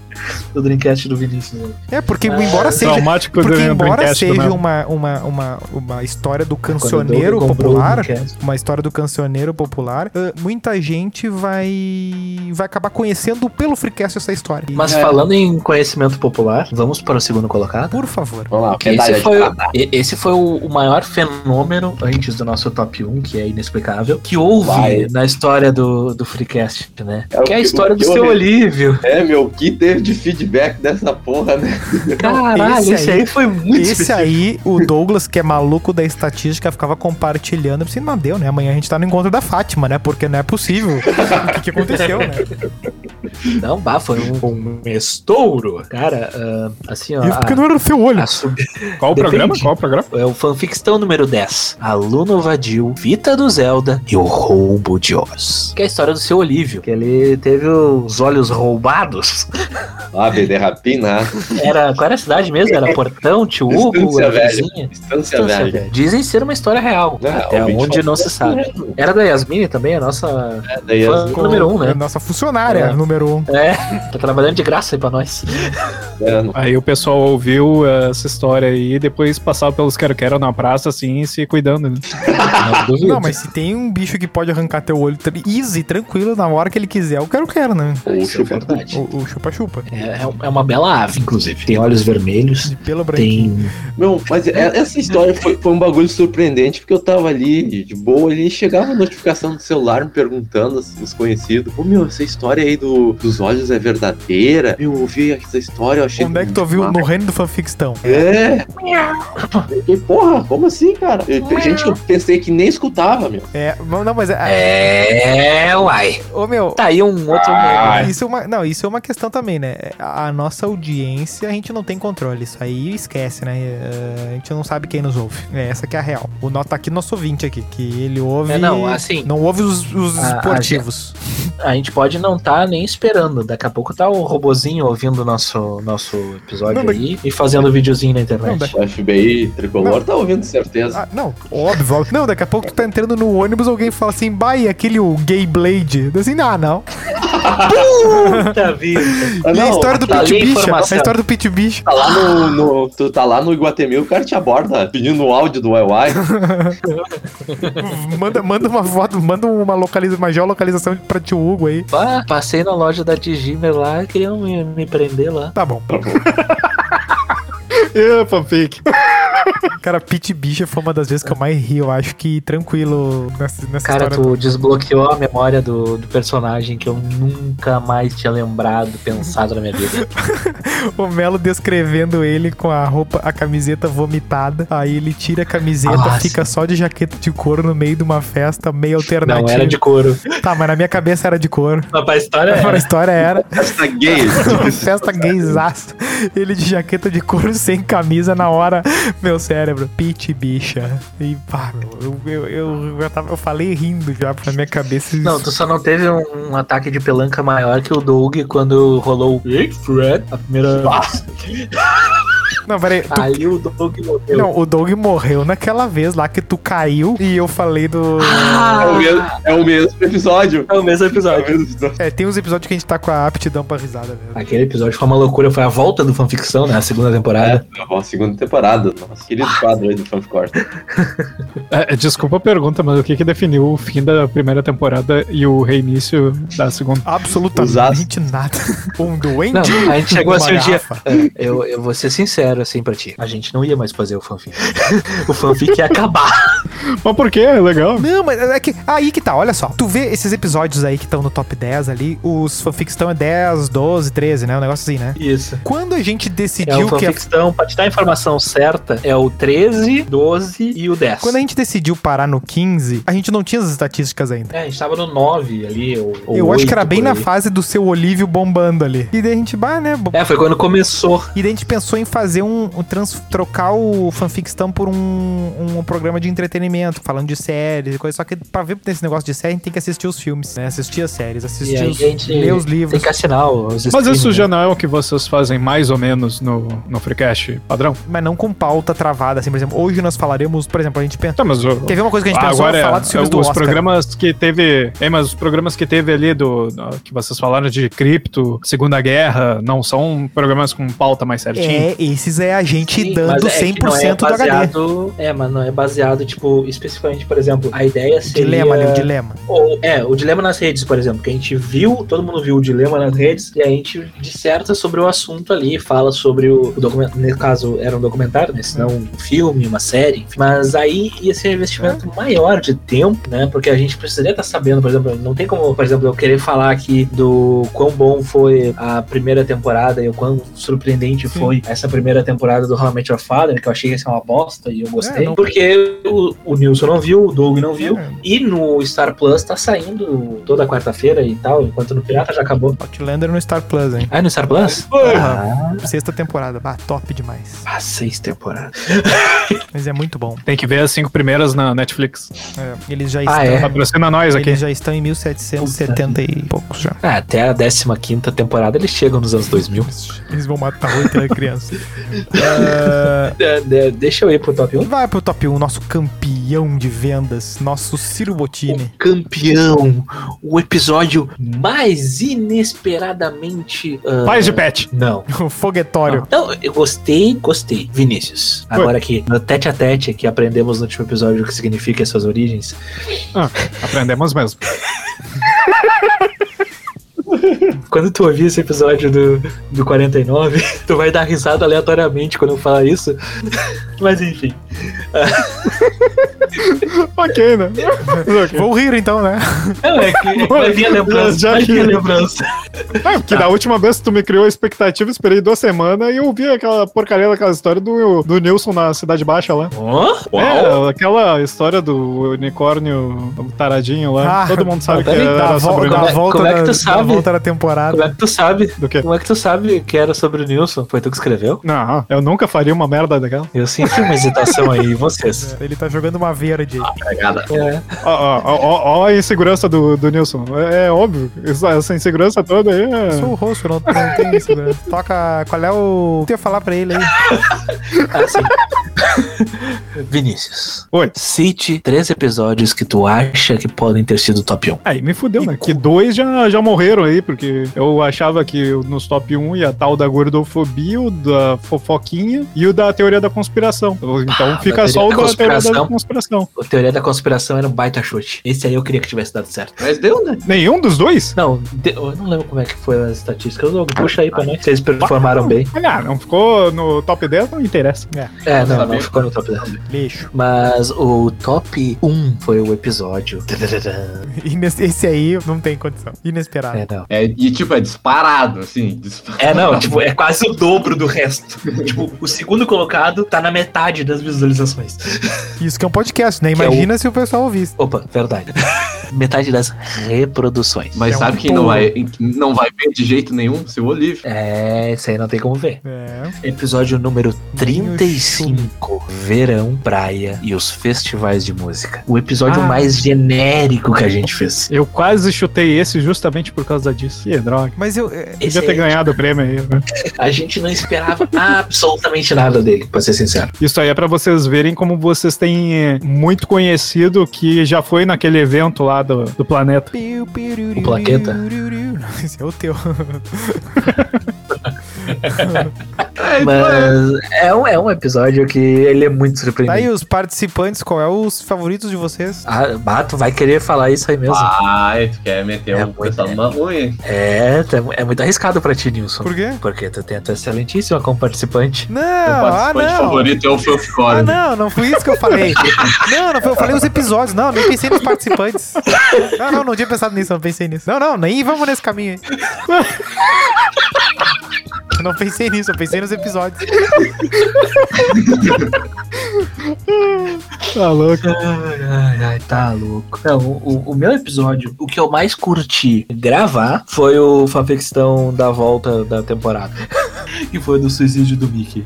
o Dreamcast do Vinícius. né?
É, porque embora seja.
Traumático
Porque
do
embora
né?
Dreamcast. do
seja um
Mel.
uma, uma, uma, uma história do
Quando o Doug
cancioneiro
comprou o
popular,
Dreamcast.
uma história do cancioneiro popular, ah, muita gente vai vai acabar conhecendo pelo Freecast essa história. E,
Mas
É.
falando em conhecimento popular, vamos para o segundo colocado?
por favor.
Vamos lá,
Que
medalha
esse
de
foi,
prata.
e- esse foi o, o maior fenômeno antes do nosso top 1, que é inexplicável, que houve
Vai.
na história do, do Freecast, né?
É o
que é a
que-
história
o
do
que
seu
houve?
Olívio.
É, meu, que teve de feedback dessa porra, né?
Caralho,
esse
esse,
aí-
aí, foi muito
Esse
específico.
aí, o Douglas, que é maluco da estatística, ficava compartilhando. Eu pensei, não deu, né? Amanhã a gente tá no encontro da Fátima, né? Porque não é possível. o que, que aconteceu, né?
é
Não, bah, foi um, um estouro. Cara, ah, assim, ó.
Isso porque
a-
não era o seu olho.
a sub-
Qual o
Depende.
programa? Qual o programa?
É o fanfictão número 10. Aluno Vadil, Vita do Zelda e o Roubo de Oz. Que é a história do seu Olívio, que ele teve os olhos roubados.
Ah, BD Rapina.
Era, qual era a cidade mesmo? Era Portão, Tiúco,
Estância
era
Velha.
vizinha?
Distância
Estância
velha.
assim? Velha. Dizem ser uma história real,
É,
até
o bicho
onde não se
falou
sabe.
isso mesmo.
Era da Yasmine também, a nossa
É, daí
fã
as-
número 1, um,
É a
né?
nossa funcionária,
É.
número um.
É, tá trabalhando de graça aí pra nós.
é, não-
Aí o pessoal ouviu essa história aí e depois passava pelos quero-quero na praça, assim, e se cuidando, né?
Não duvido.
Não, mas se tem um bicho que pode arrancar teu olho tra- easy, tranquilo, na hora que ele quiser, eu quero, quero, né?
Ou
Isso é
chupa cu.
verdade.
O o chupa-chupa.
É, é um- é uma bela ave, inclusive. Tem olhos vermelhos,
De pelo branquinho.
tem
Não, mas é- essa história foi, foi um bagulho surpreendente, porque eu tava ali, de- de boa, ali, e chegava a notificação do celular me perguntando, assim, os conhecidos, ô meu, essa história aí do, dos olhos é verdadeira? Meu, eu ouvi essa história, eu achei...
Onde é que tu
Ah.
ouviu? No reino do fanfictão.
É! Eu fiquei, porra, como assim, cara? Eu, tem gente que eu pensei que nem escutava, meu.
É, mas não, mas é.
É, uai.
Ô meu.
Tá aí um outro.
Ah,
Isso é, uma, não, isso é uma questão também, né? A a nossa audiência, a gente não tem controle. Isso aí esquece, né? É, A gente não sabe quem nos ouve. É, essa que é a real. O nosso, tá aqui nosso ouvinte aqui, que ele ouve.
É, não, assim-
Não ouve os, os
A- a
esportivos.
A gente pode não tá nem esperando. Daqui a pouco tá o robozinho ouvindo o nosso, nosso episódio
Não,
aí e fazendo videozinho na internet.
Não,
O FBI tricolor tá ouvindo, certeza.
Ah, não, óbvio. óbvio. Não, daqui a pouco tu tá entrando no ônibus, alguém fala assim, vai aquele o Gay Blade. Eu Assim, ah, não.
Puta vida.
Ah,
e a
não,
história do
tá
Pit
ali a
Bicha? A
informação.
história do Pit Bicha.
Tá lá no, no- tu tá lá no Iguatemi, o cara te aborda pedindo o áudio do YY.
manda, manda uma foto, manda uma, localiza, uma geolocalização pra tio Hugo aí.
Pá, passei na loja da Digimer lá, queriam me, me prender lá.
Tá bom.
Ê, fanfic.
Cara, Pit Bicha foi uma das vezes que eu mais ri, eu acho que tranquilo nessa, nessa
Cara,
história.
tu desbloqueou a memória do, do personagem que eu nunca mais tinha lembrado, pensado na minha vida.
O Melo descrevendo ele com a roupa, a camiseta vomitada. Aí ele tira a camiseta,
Nossa.
fica só de jaqueta de couro no meio de uma festa meio alternativa.
Não, era de É. couro.
Tá, mas na minha cabeça era de couro.
Mas pra história
A
era.
história era
Essa gay. tipo
festa gaysaça. Ele de jaqueta de couro sem camisa na hora. Meu cérebro, pit bicha. E pá, meu, eu, eu, eu, eu, tava, eu falei rindo já pra minha cabeça.
Não, tu só não teve um, um ataque de pelanca maior que o Doug quando rolou o Big Fred Ah, a primeira
Não, peraí. tu-
Ali o Doug morreu.
não, o Doug morreu naquela vez lá que tu caiu e eu falei do.
Ah!
É o mesmo, é o mesmo episódio.
É o mesmo
É o
episódio.
mesmo episódio.
É, tem uns episódios que a gente tá com a aptidão pra risada mesmo.
Aquele episódio foi uma loucura, foi a volta do fanficção, né? A segunda temporada.
Tá bom, segunda temporada, nosso querido quadro aí do Fanficord.
É, desculpa a pergunta, mas o que, que definiu o fim da primeira temporada e o reinício da segunda?
Absolutamente
Usasse.
nada. Um doente.
Não, a gente chegou
uma
assim um dia.
garrafa.
Eu, eu vou ser sincero, sincero assim pra ti. A gente não ia mais fazer o fanfic. o fanfic ia acabar.
Mas por quê? É legal.
Não, mas é que aí que tá, olha só. Tu vê esses episódios aí que estão no top 10 ali, os fanfics estão é 10, 12, 13, né? Um negócio assim, né?
Isso.
Quando a gente
É
decidiu
o
que a-
fanfictão, pra te dar a informação certa, é o 13, 12 e o 10.
quando a gente decidiu parar no 15, a gente não tinha as estatísticas ainda.
É, a gente tava no 9 ali, ou, ou
Eu acho que
oito
era bem
por
na
aí.
fase do seu Olívio bombando ali. E daí a gente, bah, né? bo-
É, foi quando começou.
E daí a gente pensou em fazer um. um trans- trocar o fanfictão por um, um programa de entretenimento, falando de séries e coisa. Só que pra ver esse negócio de série, a gente tem que assistir os filmes, né? Assistir as séries,
E
assistir
aí a
os.
gente
ler os livros.
tem que assinar os
Mas
streaming,
isso
né?
já não é o que vocês fazem mais ou menos no, no Freecast padrão?
Mas não com pauta travada, assim, por exemplo. Hoje nós falaremos, por exemplo, a gente pensa.
Tá, mas o,
Teve uma coisa que a gente pensou
agora é
falar dos filmes
os
do Oscar.
programas que teve, é, mas os programas que teve ali do, do- que vocês falaram de cripto, Segunda Guerra, não são programas com pauta mais certinha.
É, esses é a gente
Sim, mas
dando
é que
100%
não é
do HD.
baseado, É, mas não é baseado, tipo, especificamente, por exemplo, a ideia seria...
Dilema, né? O dilema.
Ou, é, o dilema nas redes, por exemplo, que a gente viu, todo mundo viu o dilema nas redes, e a gente disserta sobre o assunto ali, fala sobre o, o documento, nesse caso era um documentário, né, se não um filme, uma série, enfim. mas aí ia ser um investimento maior de tempo, né, porque a gente precisaria estar sabendo, por exemplo, não tem como, por exemplo, eu querer falar aqui do quão bom foi a primeira temporada e o quão surpreendente foi essa primeira temporada do How I Met Your Father, que eu achei que ia ser uma bosta e eu gostei,
não-
porque o, o Nilson não viu, o Doug não viu,
É,
e no Star Plus tá saindo toda quarta-feira e tal, enquanto no Pirata já acabou.
Outlander no Star Plus, hein?
Ah, no Star Plus?
Porra. Sexta temporada. Ah, top demais.
Ah, seis temporadas.
Mas é muito bom.
Tem que ver as cinco primeiras na Netflix.
É, eles já
Ah,
estão.
é?
Patrocina nós aqui.
Eles já estão em 1770 e poucos já.
Ah, até a 15 quinta temporada eles chegam nos anos 2000.
Eles vão matar
né,
outra criança.
De- de- deixa eu ir pro top 1.
É, Vai pro top 1, nosso campeão de vendas, nosso Ciro Bottini.
O campeão, o episódio mais inesperadamente... ah,
Pais de pet.
Não.
O foguetório.
Não, eu gostei, gostei. Vinícius, agora que no tete a tete que aprendemos no último episódio o que significa essas origens,
Aprendemos mesmo.
Quando tu ouvir esse episódio do, do 49, tu vai dar risada aleatoriamente quando eu falar isso. Mas enfim.
ok, né?
Vou rir então, né?
Não, é que é que vai vir a lembrança.
Já
vai
que-
vir a lembrança.
É, porque da última vez que tu me criou a expectativa, esperei duas semanas e eu vi aquela porcaria daquela história do, do Nilson na Cidade Baixa lá.
Uau!
É, aquela história do unicórnio taradinho lá.
Ah,
Todo mundo sabe que
tá bem,
era
Da, vo-
sobre
da
como é-
volta
como é que
da-
tu
da
sabe?
volta da temporada.
Como é que tu sabe?
Do quê?
Como é que tu sabe que era sobre o Nilson? Foi tu que escreveu?
Não, eu nunca faria uma merda daquela.
Eu senti uma hesitação aí, e vocês.
Ele tá jogando uma verde.
Cagada.
É.
Ó, ó, ó, ó a insegurança do, do Nilson. É, é óbvio. Essa, essa insegurança toda aí é.
Sou o rosto, não, não tem isso, né? Toca. Qual é o. O que eu ia falar pra ele aí?
Assim. Vinícius.
Oi.
Cite três episódios que tu acha que podem ter sido top 1.
Aí me fudeu, né? Que dois já, já morreram aí, porque eu achava que nos top 1 ia tal da gordofobia, o da fofoquinha e o da teoria da conspiração. Então
Ah,
fica
da
só o
teoria da
da teoria da
conspiração.
conspiração.
A teoria da conspiração era um baita chute. Esse aí eu queria que tivesse dado certo.
Mas deu, né?
Nenhum dos dois?
Não, de- eu não lembro como é que foi as estatísticas. Doug, puxa aí pra nós. Vocês performaram bem.
Ah, não ficou no top 10, não interessa.
É, não,
Tá
não
bem.
ficou no top 10.
Lixo.
Mas o top 1 foi o episódio. Tadadadã.
Ines- Esse aí não tem condição. Inesperado.
É, não.
É, e tipo, é disparado, assim. disparado.
É, não, tipo, é quase o dobro do resto. tipo, o segundo colocado tá na metade das visualizações.
Isso que é um podcast, né?
Que é o-
Imagina se o pessoal ouvisse.
Opa, verdade. metade das reproduções.
Mas
É um
sabe quem não
pulo.
vai, quem não vai ver de jeito nenhum? Seu Olívio.
É, isso aí não tem como ver.
É.
Episódio número 35: Verão, Praia e os Festivais de Música. O episódio
Ah.
mais genérico que a gente fez.
Eu quase chutei esse justamente por causa disso. Ih, droga.
Mas eu. é,
Esse
Podia ter
aí,
ganhado o prêmio aí. né?
A gente não esperava absolutamente nada dele, pra ser sincero.
Isso aí é pra vocês verem como vocês têm eh, muito conhecido que já foi naquele evento lá do, do planeta.
piu, piu,
plaqueta?
Esse é o teu.
tipo, Mas é um, é um episódio que ele é muito
Tá aí
surpreendente.
os participantes, qual é os favoritos de vocês?
Ah, Bato vai querer falar isso aí mesmo.
Ai, tu quer meter
É
um
muito
pessoal
bem.
numa ruim.
É, tá- é muito arriscado pra ti, Nilson.
Por quê?
Porque tu tem a tua excelentíssima como participante.
Não,
Meu
ah
participante
não.
favorito é o Phil
Ah,
Ford.
não, não foi isso que eu falei. Não, não foi, eu falei os episódios, não, nem pensei nos participantes. Não, não, não tinha pensado nisso, não pensei nisso. Não, não, nem vamos nesse caminho aí. Eu não pensei nisso, eu pensei nos episódios.
Tá louco.
Ai, ai, ai, tá louco. Não, o, o meu episódio, o que eu mais curti gravar foi o Fafextão da volta da temporada. que foi do suicídio do Mickey.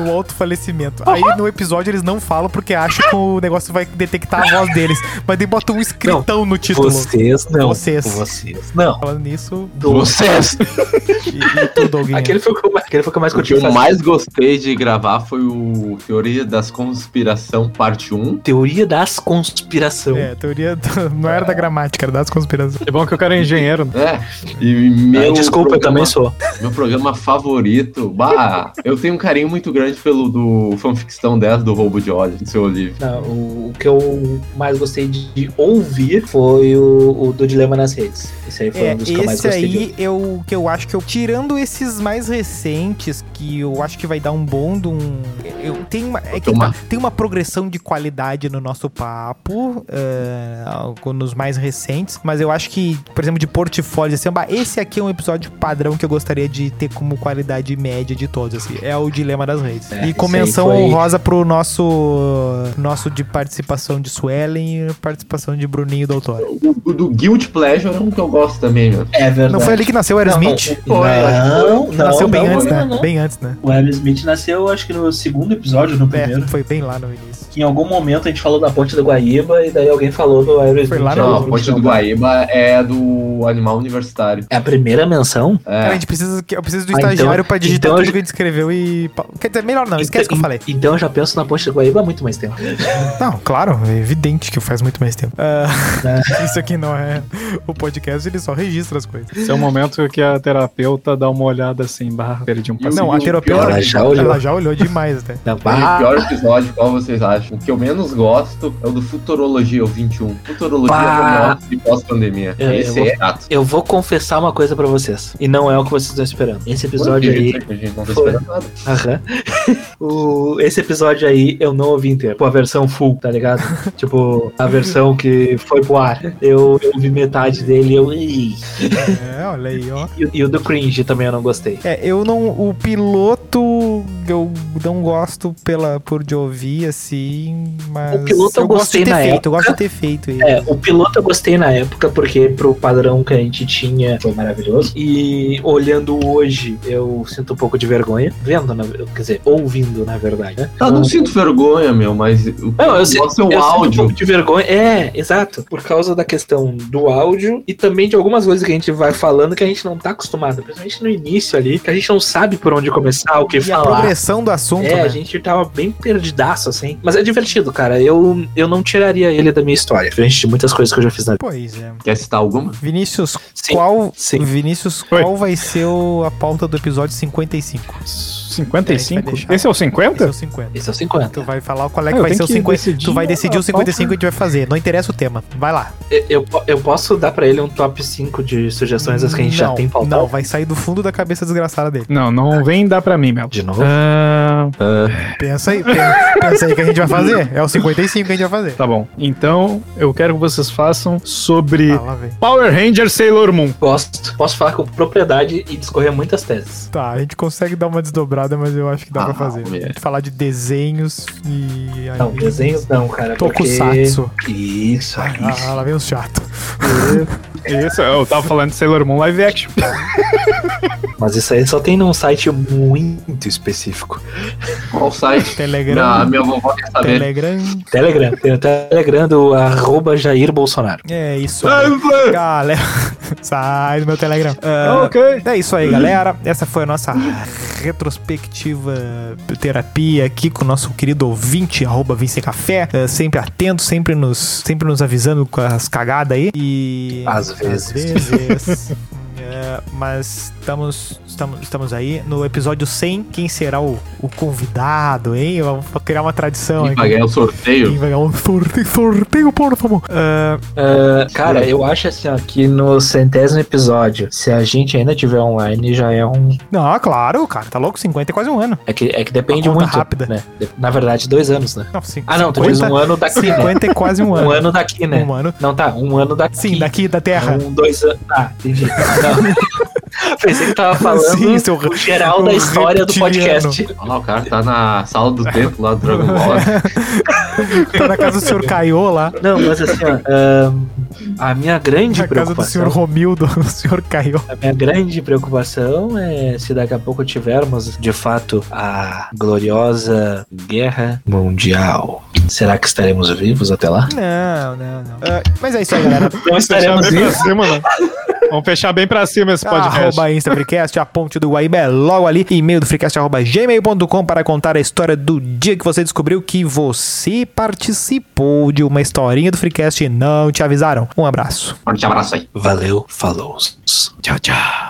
O autofalecimento. Aí no episódio eles não falam porque acham que o negócio vai detectar a voz deles. Mas daí botam um escritão no título.
Vocês não.
Vocês.
Vocês não.
Falando nisso,
Vocês!
e, e tudo alguém.
Aquele foi, o que eu mais- É. aquele foi o que eu mais
O que
curti.
eu
fazer.
mais gostei de gravar foi o Teoria das Conspiração, parte 1.
Teoria das conspiração. Ah,
É, teoria do- não era da gramática, era das conspirações.
É bom que o cara é engenheiro. né?
É, e meu
Ah, desculpa, eu
programa-
também sou.
Meu programa favorito. Bah, eu tenho um carinho muito grande pelo do fanficção 10 do Roubo de Olhos, do seu Olívio.
Não, o, o que eu mais gostei de, de ouvir foi o, o do Dilema nas Redes. Esse aí foi
É,
um dos que eu mais
esse
gostei. de ouvir.
aí eu que eu acho que eu tirando esses mais recentes que eu acho que vai dar um bom de um eu tem uma é que
Tomar.
tá- tem uma progressão de qualidade no nosso papo é, algo nos mais recentes, mas eu acho que por exemplo de portfólio assim, bah, esse aqui é um episódio padrão que eu gostaria de ter como qualidade média de todos assim, é o dilema das redes.
É,
e
esse
com
aí
menção
foi-
honrosa pro nosso nosso de participação de Suelen e participação de Bruninho Doutor.
O, o do Guild Pleasure é um que eu gosto também, meu.
É verdade.
Não foi ali que nasceu o Aerosmith?
Pô,
Não, não,
nasceu bem
não,
antes,
não,
né?
não.
Bem antes, né?
O Aerosmith nasceu, acho que no segundo episódio, no primeiro.
É, foi bem lá no início.
Que em algum momento a gente falou da ponte do Guaíba e daí alguém falou do Aerosmith. Então,
Foi lá no-
Ah, Não,
não,
a Ponte é do Guaíba é do Animal Universitário.
É a primeira menção?
Cara, a
É.
gente precisa, que- eu preciso do
Ah, então-
estagiário pra digitar
então
tudo
eu-
que a gente escreveu e... pa- Quer dizer, melhor não, esquece o que eu falei.
Então eu já penso na ponte do Guaíba há muito mais tempo.
Não, claro, é evidente que faz muito mais tempo. Ah, isso aqui não é... O podcast, ele só registra as coisas.
Esse é o momento que a terapeuta dá uma olhada assim, barra, perdi um
E o-
paciente.
Não, a
o
terapeuta-
pior né?
Ela já
episódio-
Ela já olhou demais, né?
Na
O
barra.
pior episódio, qual vocês acham? O que eu menos gosto é o do Futurologia, o 21. Futurologia
Bah.
home office e pós-pandemia.
É, eu
Esse
vou-
é chato.
Eu vou confessar uma coisa pra vocês. E não é o que vocês estão esperando. Esse episódio aí.
A gente não tá
foi-
esperando nada.
Aham. O- esse episódio aí eu não ouvi inteiro. Pô, a versão full, tá ligado? tipo, a versão que foi pro ar. Eu, eu vi metade dele eu, e
É, olha aí, ó.
eu. E o do cringe também eu não gostei.
É, eu não. O piloto eu não gosto pela, por de ouvir, assim. Mas.
O piloto eu
gosto
gostei
de ter
na
feito,
época.
eu gosto de ter feito ele.
É, o piloto eu gostei na época, porque pro padrão que a gente tinha foi maravilhoso. E olhando hoje, eu sinto um pouco de vergonha. Vendo, na, quer dizer, ouvindo, na verdade, né?
Ah, não sinto vergonha, meu, mas o que
Não, eu,
eu
sinto,
gosto é
eu
o
sinto um
áudio.
pouco de vergonha. É, exato. Por causa da questão do áudio e também de algumas coisas que a gente vai falando que a gente não tá acostumado. Principalmente no início ali, que a gente não sabe por onde começar, o que
E a
falar.
progressão do assunto,
É,
né?
a gente tava bem perdidaço, assim. Mas é divertido, cara. Eu, eu não tiraria ele da minha história. Frente de muitas coisas que eu já fiz na vida.
Pois é.
Quer citar alguma?
Vinícius,
Sim,
qual.
sim.
Vinícius,
Oi.
qual vai ser o- a pauta do episódio 55? É, a gente
55?
vai deixar.
Esse é o
Esse é
50?
o 50.
Esse é o 50.
Tu vai falar qual é
Ah,
que
eu
vai
tenho
ser o
que
50.
decidir
Tu vai decidir
a
o 55 que
pauta.
a gente vai fazer. Não interessa o tema. Vai lá.
Eu- Eu, po- eu posso dar pra ele um top 5 de sugestões das que a gente já
Não,
tem
Não,
pautado?
vai sair do fundo da cabeça desgraçada dele.
Não, não vem dar pra mim, Mel.
De novo?
Ah,
Pensa aí, pensa, pensa aí que a gente vai fazer. É o 55 que a gente vai fazer.
tá bom. Então, eu quero que vocês façam sobre
Tá, lá vem.
Power Ranger Sailor Moon.
Gosto. Posso falar com propriedade e discorrer muitas teses.
Tá, a gente consegue dar uma desdobrada, mas eu acho que dá
Ah,
pra fazer.
mulher.
A gente falar de desenhos e.
Não,
anime.
desenhos não, cara.
Tokusatsu.
Porque... Uhum. Isso, aí.
Ah, lá vem os chato.
Isso, eu tava falando de Sailor Moon live action.
Mas isso aí só tem num site muito específico.
Qual site?
Telegram.
Minha, minha vovó quer saber.
Telegram.
Telegram. Tem o Telegram do arroba Jair Bolsonaro.
É isso. aí. Galera, sai do meu Telegram. Ah,
ok.
É isso aí, galera. Essa foi a nossa retrospectiva terapia aqui com o nosso querido ouvinte, arroba Vince Café. É, sempre atento, sempre nos, sempre nos avisando com as cagadas aí. E.
Às vezes.
Às vezes. É, É, mas estamos, estamos, estamos aí no episódio 100. Quem será o, o convidado, hein? Vamos criar uma tradição
Quem
aqui.
vai ganhar o sorteio?
Quem vai ganhar um sorteio, sorteio, por favor. É,
Ah, cara, eu acho assim, ó, que no centésimo episódio, se a gente ainda tiver online, já é um.
não, claro, cara, tá louco? 50 é quase um ano.
É que, é que depende
Uma conta
muito.
rápida.
Né? De- Na verdade, dois anos, né?
Não, cin-
Ah, não, tu diz um ano daqui, né?
50 é quase um ano.
Um ano daqui, né?
Um ano.
Não, tá, um ano daqui.
Sim, daqui da Terra.
Um, dois anos. Ah, entendi. Não. Pensei que tava falando
Sim, seu-
o geral
o
da história do
reptiliano.
podcast.
Ah, o cara tá na sala do tempo lá do Dragon Ball.
Tá na casa do senhor Caiô lá.
Não, mas assim, ó, ahn, a minha grande
Na casa do senhor
preocupação.
Romildo, o senhor Caiô.
A minha grande preocupação é se daqui a pouco tivermos, de fato, a gloriosa guerra mundial. Será que estaremos vivos até lá?
Não, não, não. Ah, mas é isso aí,
Não
galera.
Fechar
estaremos
bem pra
vivos.
cima, né? Vamos fechar bem pra cima esse podcast.
Arroba Insta Freecast, a ponte do Guaíba é logo ali. E-mail do freecast, arroba gmail.com para contar a história do dia que você descobriu que você participou de uma historinha do Freecast e não te avisaram. Um abraço.
Forte abraço aí.
Valeu, falou. Tchau, tchau.